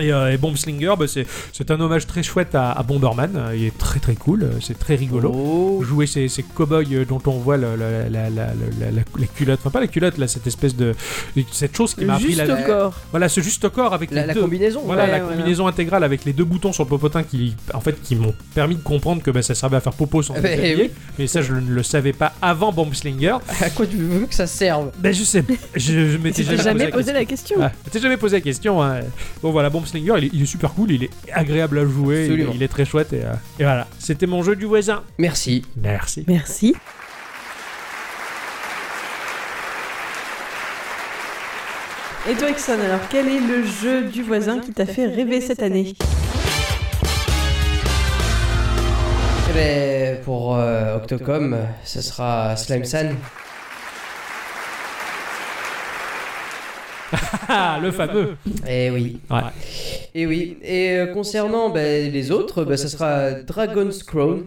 Speaker 1: Et, euh, et Bomb Slinger, bah, c'est, c'est un hommage très chouette à, à Bomberman. Euh, Il est très très cool, euh, c'est très rigolo.
Speaker 2: Oh.
Speaker 1: Jouer ces, ces cow-boys euh, dont on voit la, la, la, la, la- la- la- la culotte, enfin pas la culotte, là, cette espèce de. cette chose qui m'a appris
Speaker 3: Juste
Speaker 1: la.
Speaker 3: au corps.
Speaker 1: Voilà, ce juste corps avec
Speaker 2: La,
Speaker 1: les
Speaker 2: la
Speaker 1: deux.
Speaker 2: combinaison.
Speaker 1: Voilà
Speaker 3: Ouais,
Speaker 1: la
Speaker 3: voilà.
Speaker 1: combinaison intégrale avec les deux boutons sur le popotin qui, en fait, qui m'ont permis de comprendre que bah, ça servait à faire popo sans
Speaker 2: Eh ben,
Speaker 1: déshabiller. Mais ça, je ne le savais pas avant Bomb Slinger.
Speaker 2: À quoi tu veux que ça serve
Speaker 1: Ben je sais, je, je m'étais
Speaker 3: Tu t'es
Speaker 1: jamais,
Speaker 3: jamais
Speaker 1: posé la
Speaker 3: posé la question.
Speaker 1: Ah, t'as jamais posé la question. hein. Bon voilà, Bomb Slinger, il est, il est super cool, il est agréable à jouer, il,
Speaker 2: Absolument.
Speaker 1: il est très chouette et, euh, et voilà. C'était mon jeu du voisin.
Speaker 2: Merci.
Speaker 1: Merci.
Speaker 3: Merci. Et toi, Exxon, alors quel est le jeu du voisin qui t'a fait rêver cette année
Speaker 2: Eh ben, pour euh, Octocom, euh, ce sera Slime San.
Speaker 1: Ah, le fameux.
Speaker 2: Eh oui.
Speaker 1: Ouais.
Speaker 2: Eh oui. Et euh, concernant ben, les autres, ben, ce sera Dragon's Crown.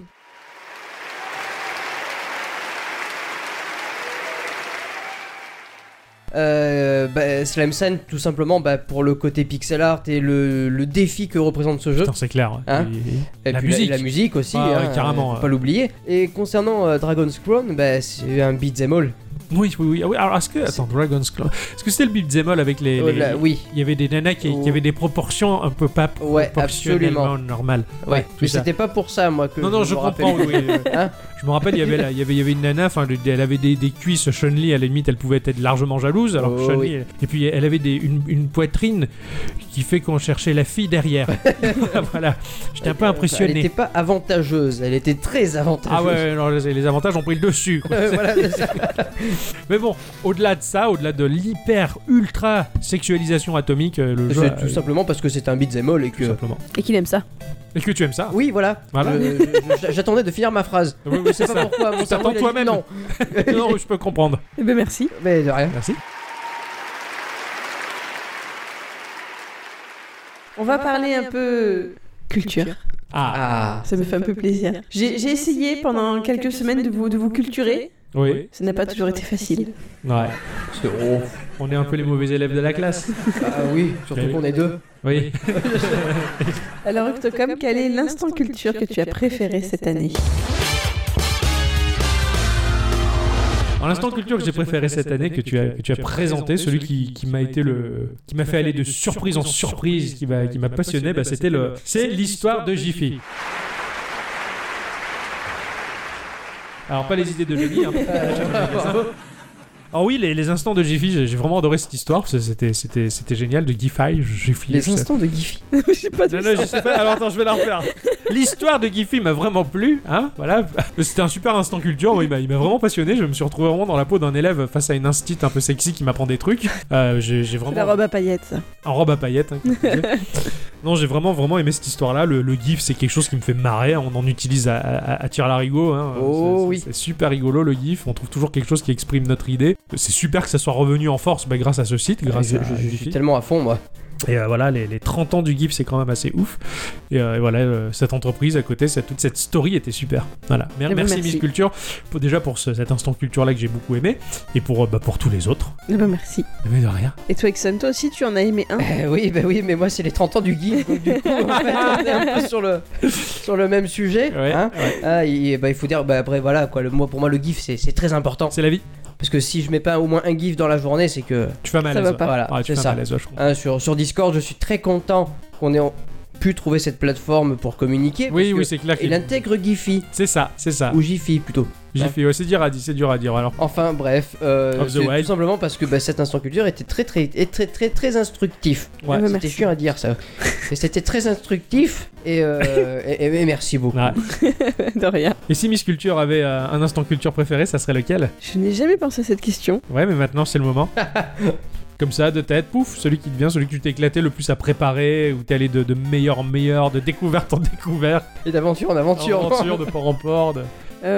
Speaker 2: Euh, ben, Slime San, tout simplement ben, pour le côté pixel art et le, le défi que représente ce jeu.
Speaker 1: Putain, c'est clair.
Speaker 2: Hein
Speaker 1: Il-
Speaker 2: Et
Speaker 1: la
Speaker 2: puis
Speaker 1: musique.
Speaker 2: La, musique aussi,
Speaker 1: Ah ouais,
Speaker 2: hein,
Speaker 1: carrément,
Speaker 2: faut pas
Speaker 1: euh.
Speaker 2: l'oublier. Et concernant euh, Dragon's Crown, bah, c'est un beat'em all.
Speaker 1: Oui, oui, oui. Ah oui, Alors, est-ce que. Attends, Dragon's Claw. Est-ce que c'était le beat'em all avec les.
Speaker 2: Oh
Speaker 1: les-
Speaker 2: là, oui,
Speaker 1: Il y avait des nanas qui, qui avaient des proportions un peu pas
Speaker 2: Ouais,
Speaker 1: proportionnellement
Speaker 2: absolument.
Speaker 1: normales.
Speaker 2: ouais.
Speaker 1: tout
Speaker 2: mais
Speaker 1: ça.
Speaker 2: c'était pas pour ça, moi, que
Speaker 1: Non, non, je
Speaker 2: me
Speaker 1: comprends.
Speaker 2: rappelle.
Speaker 1: Oui, oui, oui.
Speaker 2: Hein
Speaker 1: je me rappelle, il y avait, la- il y avait, il y avait une nana, enfin, le- elle avait des, des cuisses. Chun-Li, à la limite, elle pouvait être largement jalouse. Alors que
Speaker 2: Oh,
Speaker 1: Chun-Li,
Speaker 2: oui.
Speaker 1: elle- et puis elle avait des, une, une poitrine qui fait qu'on cherchait la fille derrière. voilà, j'étais un peu
Speaker 2: Elle
Speaker 1: impressionné.
Speaker 2: était pas avantageuse, elle était très avantageuse.
Speaker 1: Ah ouais, ouais, non, les, les avantages ont pris le dessus. quoi.
Speaker 2: Euh, voilà, c'est ça.
Speaker 1: Mais bon, au-delà de ça, au-delà de l'hyper ultra sexualisation atomique, euh, le jeu.
Speaker 2: C'est
Speaker 1: a-
Speaker 2: tout simplement parce que c'est un beat'em all et
Speaker 1: tout
Speaker 2: que.
Speaker 1: simplement.
Speaker 3: Et qu'il aime ça.
Speaker 1: Et que tu aimes ça
Speaker 2: Oui, voilà.
Speaker 1: Voilà.
Speaker 2: Je- je- je- J'attendais de finir ma phrase.
Speaker 1: Oui, oui,
Speaker 2: Je sais
Speaker 1: c'est
Speaker 2: pas
Speaker 1: Ah ça.
Speaker 2: pourquoi. Mon
Speaker 1: Tu
Speaker 2: cerveau,
Speaker 1: t'attends
Speaker 2: il a dit
Speaker 1: toi-même.
Speaker 2: Non,
Speaker 1: non, je peux comprendre.
Speaker 3: Eh ben merci.
Speaker 2: mais de rien.
Speaker 1: Merci.
Speaker 3: On va parler un peu culture.
Speaker 1: Ah,
Speaker 2: Ah.
Speaker 3: Ça me fait un peu plaisir. J'ai j'ai essayé pendant quelques semaines de vous, de vous culturer.
Speaker 1: oui.
Speaker 3: Ça n'a pas toujours été facile.
Speaker 1: Ouais.
Speaker 2: c'est- oh.
Speaker 1: On est un peu les mauvais élèves de la classe.
Speaker 2: Ah oui, surtout qu'on est deux.
Speaker 1: Oui.
Speaker 3: Alors Octocom, quel est l'instant culture que tu as préféré cette année
Speaker 1: En l'instant culture que j'ai préféré cette année, que tu as, que tu as présenté, celui qui, qui m'a été le, qui m'a fait aller de surprise en surprise, qui m'a, qui m'a passionné, bah, c'était le, c'est l'histoire de Jiffy. Alors pas les idées de Johnny, hein. Alors oui, les, les instants de Jiffy, j'ai j'ai vraiment adoré cette histoire, parce que c'était, c'était, c'était génial, de Giffy, Jiffy.
Speaker 2: Les
Speaker 1: ça-
Speaker 2: instants de Giffy.
Speaker 3: Je sais pas
Speaker 1: Non,
Speaker 3: de
Speaker 1: non, je sais pas. Alors attends, je vais la refaire. L'histoire de Giffy m'a vraiment plu, hein. Voilà, c'était un super instant culture. Il m'a il m'a vraiment passionné. Je me suis retrouvé vraiment dans la peau d'un élève face à une instite un peu sexy qui m'apprend des trucs. Euh, j'ai j'ai
Speaker 3: la
Speaker 1: vraiment
Speaker 3: robe à paillettes. ça.
Speaker 1: en robe à paillettes. hein, comme on dit. non, j'ai vraiment vraiment aimé cette histoire-là. Le, le GIF, c'est quelque chose qui me fait marrer. On en utilise à, à, à tire-larigot. Hein.
Speaker 2: Oh
Speaker 1: C'est- c'est-
Speaker 2: oui.
Speaker 1: C'est super rigolo le GIF. On trouve toujours quelque chose qui exprime notre idée. C'est super que ça soit revenu en force bah, grâce à ce site, grâce
Speaker 2: Ah, je,
Speaker 1: à
Speaker 2: je- je
Speaker 1: Giphy.
Speaker 2: suis tellement à fond, moi.
Speaker 1: Et euh, voilà, les, les 30 ans du GIF, c'est quand même assez ouf. Et, euh, et voilà, euh, cette entreprise à côté, cette- toute cette story était super. Voilà. Mer-
Speaker 3: Eh ben,
Speaker 1: merci,
Speaker 3: merci.
Speaker 1: Miss Culture, pour- déjà pour ce- cet instant culture-là que j'ai beaucoup aimé, et pour, euh, bah, pour tous les autres.
Speaker 3: Eh ben, merci.
Speaker 1: Mais de rien.
Speaker 3: Et toi, Exxon, toi aussi, tu en as aimé un
Speaker 2: Eh oui, bah oui, mais moi, c'est les 30 ans du Guy. donc du coup, en fait, on est un peu sur le, sur le même sujet.
Speaker 1: Ouais,
Speaker 2: hein.
Speaker 1: ouais.
Speaker 2: Ah, et, bah, il faut dire, bah, après, voilà, quoi. Le, moi, pour moi, le GIF, c'est c'est très important.
Speaker 1: C'est la vie.
Speaker 2: Parce que si je mets pas au moins un GIF dans la journée, c'est que.
Speaker 1: Tu fais mal à
Speaker 3: va
Speaker 1: l'aise.
Speaker 3: pas.
Speaker 2: Voilà,
Speaker 1: Ouais, tu
Speaker 2: c'est
Speaker 1: fais
Speaker 2: ça.
Speaker 1: mal à l'aise, ouais, je comprends.
Speaker 2: Hein, sur, sur Discord, je suis très content qu'on ait en- pu trouver cette plateforme pour communiquer.
Speaker 1: Oui,
Speaker 2: Euh, parce
Speaker 1: oui,
Speaker 2: que
Speaker 1: c'est Ah. clair. qu'il-
Speaker 2: Il intègre Giphy,
Speaker 1: C'est ça, c'est ça.
Speaker 2: ou Giphy plutôt.
Speaker 1: J'ai fait, ouais, c'est dur à dire, c'est dur à dire. Alors,
Speaker 2: Enfin bref, euh,
Speaker 1: Of the
Speaker 2: c'est
Speaker 1: Wild.
Speaker 2: tout simplement parce que bah, cet instant culture était très très très très très, très instructif.
Speaker 1: ouais.
Speaker 3: Eh ben,
Speaker 2: C'était
Speaker 3: merci.
Speaker 2: chiant à dire ça. Mais c'était très instructif et, euh, et, et- et merci beaucoup.
Speaker 1: Ouais.
Speaker 3: De rien.
Speaker 1: Et si Miss Culture avait euh, un instant culture préféré, ça serait lequel
Speaker 3: Je n'ai jamais pensé à cette question.
Speaker 1: Ouais, mais maintenant c'est le moment. Comme ça, de tête, pouf, celui qui devient celui que tu t'es éclaté le plus à préparer, où t'es allé de, de meilleur en meilleur, de découverte en découverte,
Speaker 2: Et d'aventure en aventure.
Speaker 1: d'aventure, de port en port. de-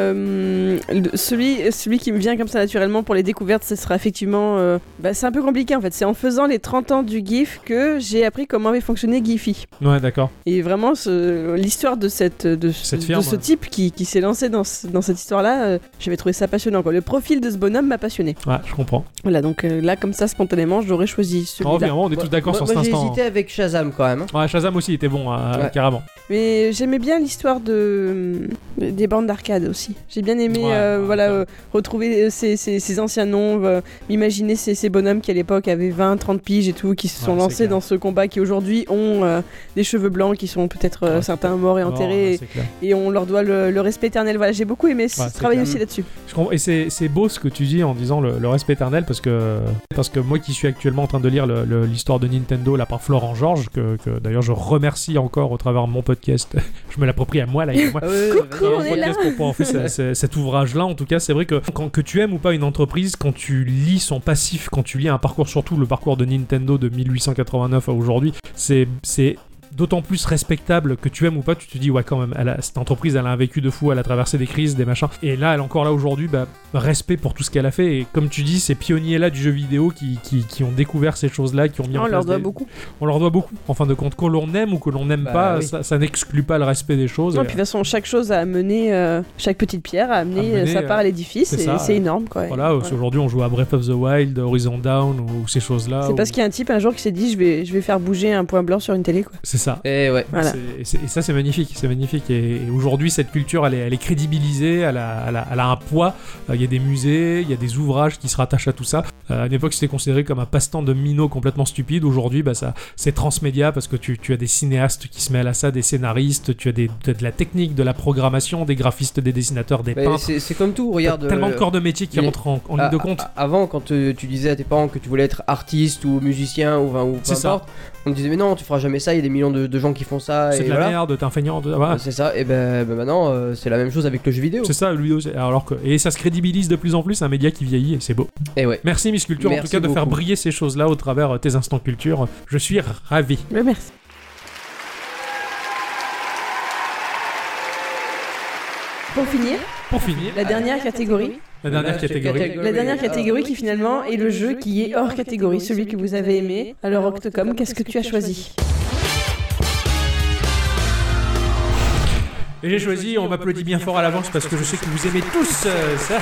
Speaker 3: Euh, le- celui, celui qui me vient comme ça naturellement pour les découvertes, ce sera effectivement. euh, bah, c'est un peu compliqué en fait. C'est en faisant les 30 ans du GIF que j'ai appris comment avait fonctionné Giphy.
Speaker 1: Ouais, d'accord.
Speaker 3: Et vraiment, ce- l'histoire de, cette, de, ce-
Speaker 1: Cette
Speaker 3: de
Speaker 1: firme,
Speaker 3: ce
Speaker 1: ouais.
Speaker 3: type qui, qui s'est lancé dans, ce- dans cette histoire-là, euh, j'avais trouvé ça passionnant. Quoi. Le profil de ce bonhomme m'a passionné.
Speaker 1: Ouais, je comprends.
Speaker 3: Voilà, donc euh, là, comme ça, spontanément, j'aurais choisi
Speaker 1: Oh,
Speaker 3: celui-là.
Speaker 1: bien, on est
Speaker 2: Moi-
Speaker 1: tous d'accord
Speaker 2: moi-
Speaker 1: sur cet
Speaker 2: moi, j'ai
Speaker 1: instant. hein.
Speaker 2: hésité avec Shazam quand même. hein.
Speaker 1: Ouais, Shazam aussi était bon, euh,
Speaker 2: Ouais.
Speaker 1: carrément.
Speaker 3: Mais j'aimais bien l'histoire de des bandes d'arcade aussi. J'ai bien aimé
Speaker 1: Ouais,
Speaker 3: euh,
Speaker 1: ouais,
Speaker 3: voilà
Speaker 1: ouais.
Speaker 3: euh, retrouver euh, ces, ces- ces anciens noms, euh, m'imaginer ces, ces bonhommes qui à l'époque avaient 20, 30 piges et tout, qui se
Speaker 1: Ouais,
Speaker 3: sont
Speaker 1: c'est
Speaker 3: lancés
Speaker 1: clair.
Speaker 3: dans ce combat, qui aujourd'hui ont euh, des cheveux blancs, qui sont peut-être euh,
Speaker 1: Ouais, c'est
Speaker 3: certains morts et
Speaker 1: Non,
Speaker 3: enterrés,
Speaker 1: ouais, c'est clair.
Speaker 3: et on leur doit le, le respect éternel. Voilà, j'ai beaucoup aimé ce
Speaker 1: Ouais, c'est
Speaker 3: travail
Speaker 1: clair.
Speaker 3: aussi là-dessus.
Speaker 1: Je comprends- Et c'est c'est beau ce que tu dis en disant le, le respect éternel parce que parce que moi qui suis actuellement en train de lire le- le- l'histoire de Nintendo là par Florent Georges que, que d'ailleurs je remercie encore au travers de mon podcast. je me l'approprie à moi là. et à moi.
Speaker 2: Ah ouais,
Speaker 3: Coucou,
Speaker 2: ouais,
Speaker 1: Dans
Speaker 3: on
Speaker 1: le
Speaker 2: ouais.
Speaker 3: est là.
Speaker 1: podcast pour pouvoir faire ce- ce- cet ouvrage-là, en tout cas, c'est vrai que quand, que tu aimes ou pas une entreprise, quand tu lis son passif, quand tu lis un parcours, surtout le parcours de Nintendo de 1889 à aujourd'hui, c'est c'est d'autant plus respectable que tu aimes ou pas, tu te dis ouais quand même, elle a- cette entreprise, elle a un vécu de fou, elle a traversé des crises, des machins, et là, elle est encore là aujourd'hui, bah respect pour tout ce qu'elle a fait. Et comme tu dis, ces pionniers-là du jeu vidéo qui, qui, qui ont découvert ces choses-là, qui ont mis en
Speaker 3: on
Speaker 1: place
Speaker 3: leur doit
Speaker 1: des-
Speaker 3: beaucoup.
Speaker 1: on leur doit beaucoup. En fin de compte, que l'on aime ou que l'on n'aime
Speaker 2: Bah
Speaker 1: pas,
Speaker 2: oui.
Speaker 1: ça, ça n'exclut pas le respect des choses.
Speaker 3: Non,
Speaker 1: Et,
Speaker 3: puis de toute façon, chaque chose a amené, euh, chaque petite pierre a amené,
Speaker 1: Amené,
Speaker 3: euh, sa part
Speaker 1: euh,
Speaker 3: à l'édifice,
Speaker 1: c'est
Speaker 3: et
Speaker 1: ça,
Speaker 3: c'est
Speaker 1: euh,
Speaker 3: énorme quoi.
Speaker 1: Voilà,
Speaker 3: Et
Speaker 1: aussi, aujourd'hui on joue à Breath of the Wild, Horizon Down ou, ou ces choses-là.
Speaker 3: C'est
Speaker 1: ou-
Speaker 3: parce qu'il y a un type un jour qui s'est dit je vais, je vais faire bouger un point blanc sur une télé quoi.
Speaker 1: C'est ça.
Speaker 2: Et Eh ouais.
Speaker 3: Voilà.
Speaker 1: C'est- Et, c'est- et ça c'est magnifique, c'est magnifique. Et, et aujourd'hui cette culture elle est, elle est crédibilisée, elle a, elle a- elle a un poids. Euh, Il y a des musées, il y a des ouvrages qui se rattachent à tout ça. Euh, à l'époque c'était considéré comme un passe-temps de minot complètement stupide. Aujourd'hui bah, ça c'est transmédia parce que tu, tu as des cinéastes qui se mêlent à ça, des scénaristes, tu as des, de, de la technique, de la programmation, des graphistes, des dessinateurs, des
Speaker 2: Mais
Speaker 1: peintres.
Speaker 2: c'est c'est comme tout,
Speaker 1: T'as
Speaker 2: regarde.
Speaker 1: tellement
Speaker 2: euh,
Speaker 1: de corps de métier qui
Speaker 2: les-
Speaker 1: rentrent en, en
Speaker 2: Ah,
Speaker 1: ligne de compte.
Speaker 2: ah, Avant, quand euh, tu disais à tes parents que tu voulais être artiste ou musicien ou, enfin, ou peu
Speaker 1: C'est ça.
Speaker 2: importe, on te disait mais non, tu feras jamais ça. Il y a des millions de, de gens qui font ça.
Speaker 1: C'est
Speaker 2: ah, et
Speaker 1: de la
Speaker 2: voilà.
Speaker 1: merde, t'es un feignant. de- voilà.
Speaker 2: Euh, C'est ça. Et ben, ben maintenant, euh, c'est la même chose avec le jeu vidéo.
Speaker 1: C'est ça, le vidéo, c'est- alors que et ça se crédibilise de plus en plus, un média qui vieillit et c'est beau.
Speaker 2: Et ouais.
Speaker 1: Merci Miss Culture en
Speaker 2: Merci
Speaker 1: tout cas de faire
Speaker 2: beaucoup.
Speaker 1: briller ces choses-là au travers euh, tes instants culture. Je suis ravi.
Speaker 3: Mais merci. Pour finir,
Speaker 1: Pour finir,
Speaker 3: la dernière catégorie,
Speaker 1: la dernière catégorie.
Speaker 3: la dernière catégorie qui finalement est le jeu qui est hors catégorie, celui que vous avez aimé. Alors Octocom, qu'est-ce que tu as choisi
Speaker 1: Et j'ai choisi, on m'applaudit bien fort à l'avance parce que je sais que vous aimez tous euh, ça.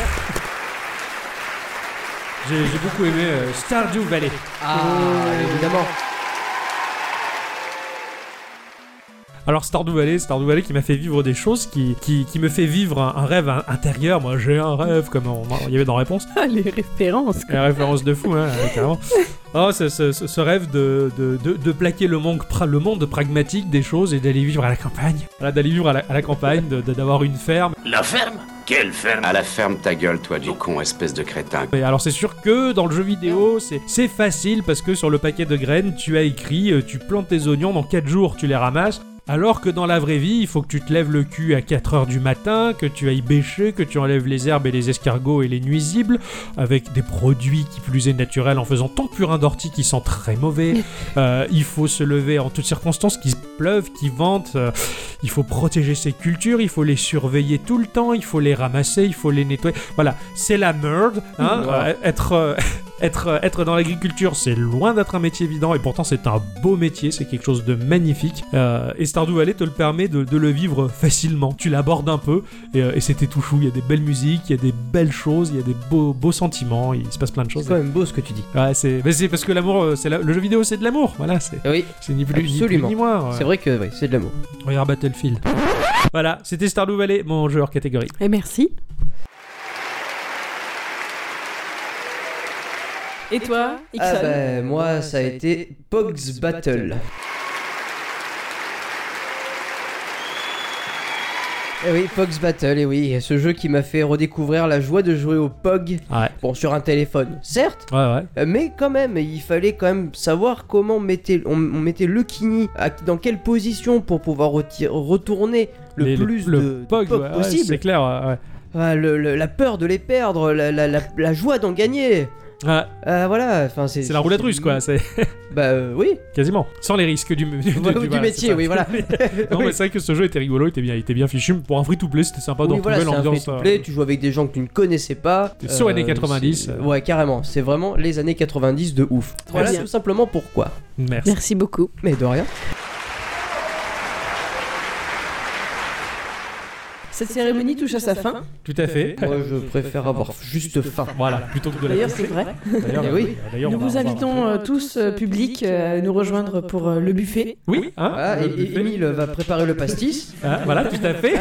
Speaker 1: J'ai j'ai beaucoup aimé euh, Stardew Valley.
Speaker 2: Ah, évidemment.
Speaker 1: Alors Stardew Valley, Stardew Valley qui m'a fait vivre des choses, qui, qui, qui me fait vivre un, un rêve in- intérieur. Moi j'ai un rêve comme on- il y avait dans Réponse.
Speaker 3: Ah, les références
Speaker 1: La référence de fou, hein, carrément. Oh, ce, ce- ce- ce rêve de, de, de- de plaquer le monde, pra- le monde pragmatique des choses et d'aller vivre à la campagne. Voilà, d'aller vivre à la, à la campagne, de- de- d'avoir une ferme.
Speaker 6: La ferme Quelle ferme
Speaker 7: À la ferme ta gueule, toi du con, espèce de crétin.
Speaker 1: Et alors c'est sûr que dans le jeu vidéo, c'est- c'est facile parce que sur le paquet de graines, tu as écrit euh, tu plantes tes oignons dans 4 jours, tu les ramasses. Alors que dans la vraie vie, il faut que tu te lèves le cul à 4h du matin, que tu ailles bêcher, que tu enlèves les herbes et les escargots et les nuisibles, avec des produits qui plus est naturels en faisant ton purin d'ortie qui sent très mauvais. Euh, il faut se lever en toutes circonstances, qu'il pleuve, qu'il vente. euh, il faut protéger ses cultures, il faut les surveiller tout le temps, il faut les ramasser, il faut les nettoyer. Voilà, c'est la merde. hein, euh, être, euh, être, euh, être dans l'agriculture, c'est loin d'être un métier évident, et pourtant c'est un beau métier, c'est quelque chose de magnifique. Euh, et Stardew Valley te le permet de, de le vivre facilement. Tu l'abordes un peu, et, euh, et c'est étouchou. Il y a des belles musiques, il y a des belles choses, il y a des beaux, beaux sentiments, il se passe plein de
Speaker 2: C'est
Speaker 1: choses.
Speaker 2: quand même beau ce que tu dis.
Speaker 1: Ouais, c'est mais c'est parce que l'amour, euh, c'est la- le jeu vidéo, c'est de l'amour. Voilà, c'est
Speaker 2: Oui,
Speaker 1: c'est ni plus ni, plus,
Speaker 2: Absolument.
Speaker 1: ni moins. ouais.
Speaker 2: c'est vrai que ouais, c'est de l'amour.
Speaker 1: Regarde Battlefield. Voilà, c'était Stardew Valley, mon jeu hors catégorie.
Speaker 3: Et Eh, merci. Et toi, Ixon
Speaker 2: Ah bah, moi, ça a été Pogs Battle. Et oui, Pogs Battle, et oui, ce jeu qui m'a fait redécouvrir la joie de jouer au Pog,
Speaker 1: Ouais,
Speaker 2: bon, sur un téléphone, certes,
Speaker 1: ouais, ouais.
Speaker 2: euh, mais quand même, il fallait quand même savoir comment mettait, on, on mettait le kini, à- dans quelle position pour pouvoir reti- retourner le
Speaker 1: Les-
Speaker 2: plus
Speaker 1: le
Speaker 2: de, de
Speaker 1: pog,
Speaker 2: Pog
Speaker 1: ouais, ouais,
Speaker 2: possible.
Speaker 1: c'est clair. ouais, ouais.
Speaker 2: Ah, le- le- la peur de les perdre, la, la- la- la joie d'en gagner.
Speaker 1: Ah,
Speaker 2: Ah, voilà, enfin, c'est...
Speaker 1: c'est la roulette russe, quoi. C'est
Speaker 2: Bah euh, oui,
Speaker 1: quasiment sans les risques du, du, du-
Speaker 2: Voilà, du
Speaker 1: voilà,
Speaker 2: métier,
Speaker 1: c'est ça.
Speaker 2: oui, voilà.
Speaker 1: non,
Speaker 2: Oui.
Speaker 1: mais c'est vrai que ce jeu était rigolo, il était bien, il était bien fichu. Pour un free to play, c'était sympa d'en
Speaker 2: oui, voilà, c'est
Speaker 1: trouver
Speaker 2: un
Speaker 1: l'ambiance.
Speaker 2: free-to-play, tu joues avec des gens que tu ne connaissais pas.
Speaker 1: T'es euh, sur années 90,
Speaker 2: c'est-
Speaker 1: euh.
Speaker 2: Ouais, carrément, c'est vraiment les années 90 de ouf. voilà
Speaker 3: bien.
Speaker 2: tout simplement pourquoi.
Speaker 1: euh, Merci.
Speaker 3: Merci beaucoup.
Speaker 2: Mais de rien.
Speaker 3: Cette cérémonie touche à sa fin.
Speaker 1: Tout à fait.
Speaker 2: Moi, je préfère avoir juste faim.
Speaker 1: Voilà, plutôt que de la.
Speaker 3: D'ailleurs, c'est vrai.
Speaker 1: D'ailleurs,
Speaker 2: Eh oui.
Speaker 1: euh, d'ailleurs,
Speaker 3: Nous
Speaker 1: on va-
Speaker 3: vous
Speaker 1: on va-
Speaker 3: invitons euh, tous, euh, public, euh, à nous rejoindre pour euh, le buffet.
Speaker 1: Oui, hein,
Speaker 2: Ah,
Speaker 1: le
Speaker 2: et,
Speaker 1: buffet.
Speaker 2: et Emile va préparer le pastis.
Speaker 1: Ah, voilà, tout à fait.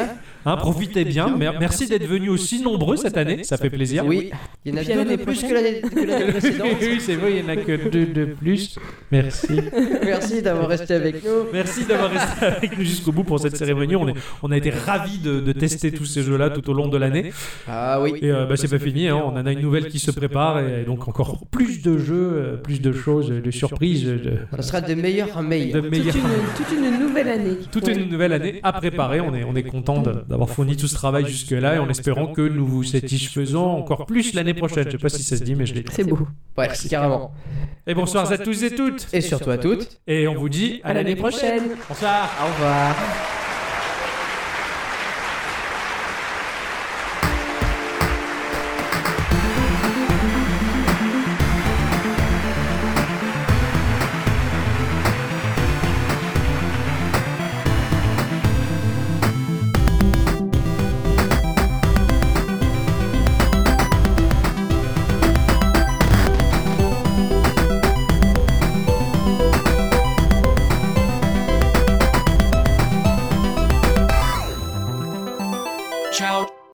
Speaker 1: Hein, profitez bien. Mer- Merci d'être venus aussi nombreux cette année, ça fait plaisir.
Speaker 2: Oui, il y en a
Speaker 3: Et puis, à
Speaker 2: deux de
Speaker 3: l'année
Speaker 2: plus
Speaker 3: prochaine.
Speaker 2: que l'année que l'année précédente.
Speaker 1: Oui, c'est vrai, il n'y en a que deux de plus. Merci.
Speaker 2: Merci d'avoir resté avec nous.
Speaker 1: Merci d'avoir resté avec nous jusqu'au bout pour cette cérémonie. On, est, on a été ravis de, de tester tous ces jeux-là tout au long de l'année.
Speaker 2: Ah oui.
Speaker 1: Et euh, bah, c'est pas fini, hein. on en a une nouvelle qui se prépare et donc encore plus de jeux, euh, plus de choses, de surprises, de,
Speaker 2: Ça sera de meilleurs à
Speaker 1: de
Speaker 2: meilleurs.
Speaker 3: Toute
Speaker 1: meilleurs.
Speaker 3: une, toute une nouvelle année.
Speaker 1: Toute une nouvelle année à préparer. On est, on est content de- d'avoir fourni tout ce travail jusque-là et en espérant que nous vous satisfaisons encore plus l'année prochaine. Je sais pas si ça se dit, mais je l'ai dit.
Speaker 3: C'est beau.
Speaker 2: Ouais, carrément.
Speaker 1: Et bonsoir à tous et toutes.
Speaker 2: Et surtout à toutes.
Speaker 1: Et on vous dit à
Speaker 3: À l'année
Speaker 1: l'année prochaine.
Speaker 3: prochaine.
Speaker 1: Bonsoir.
Speaker 2: Au revoir.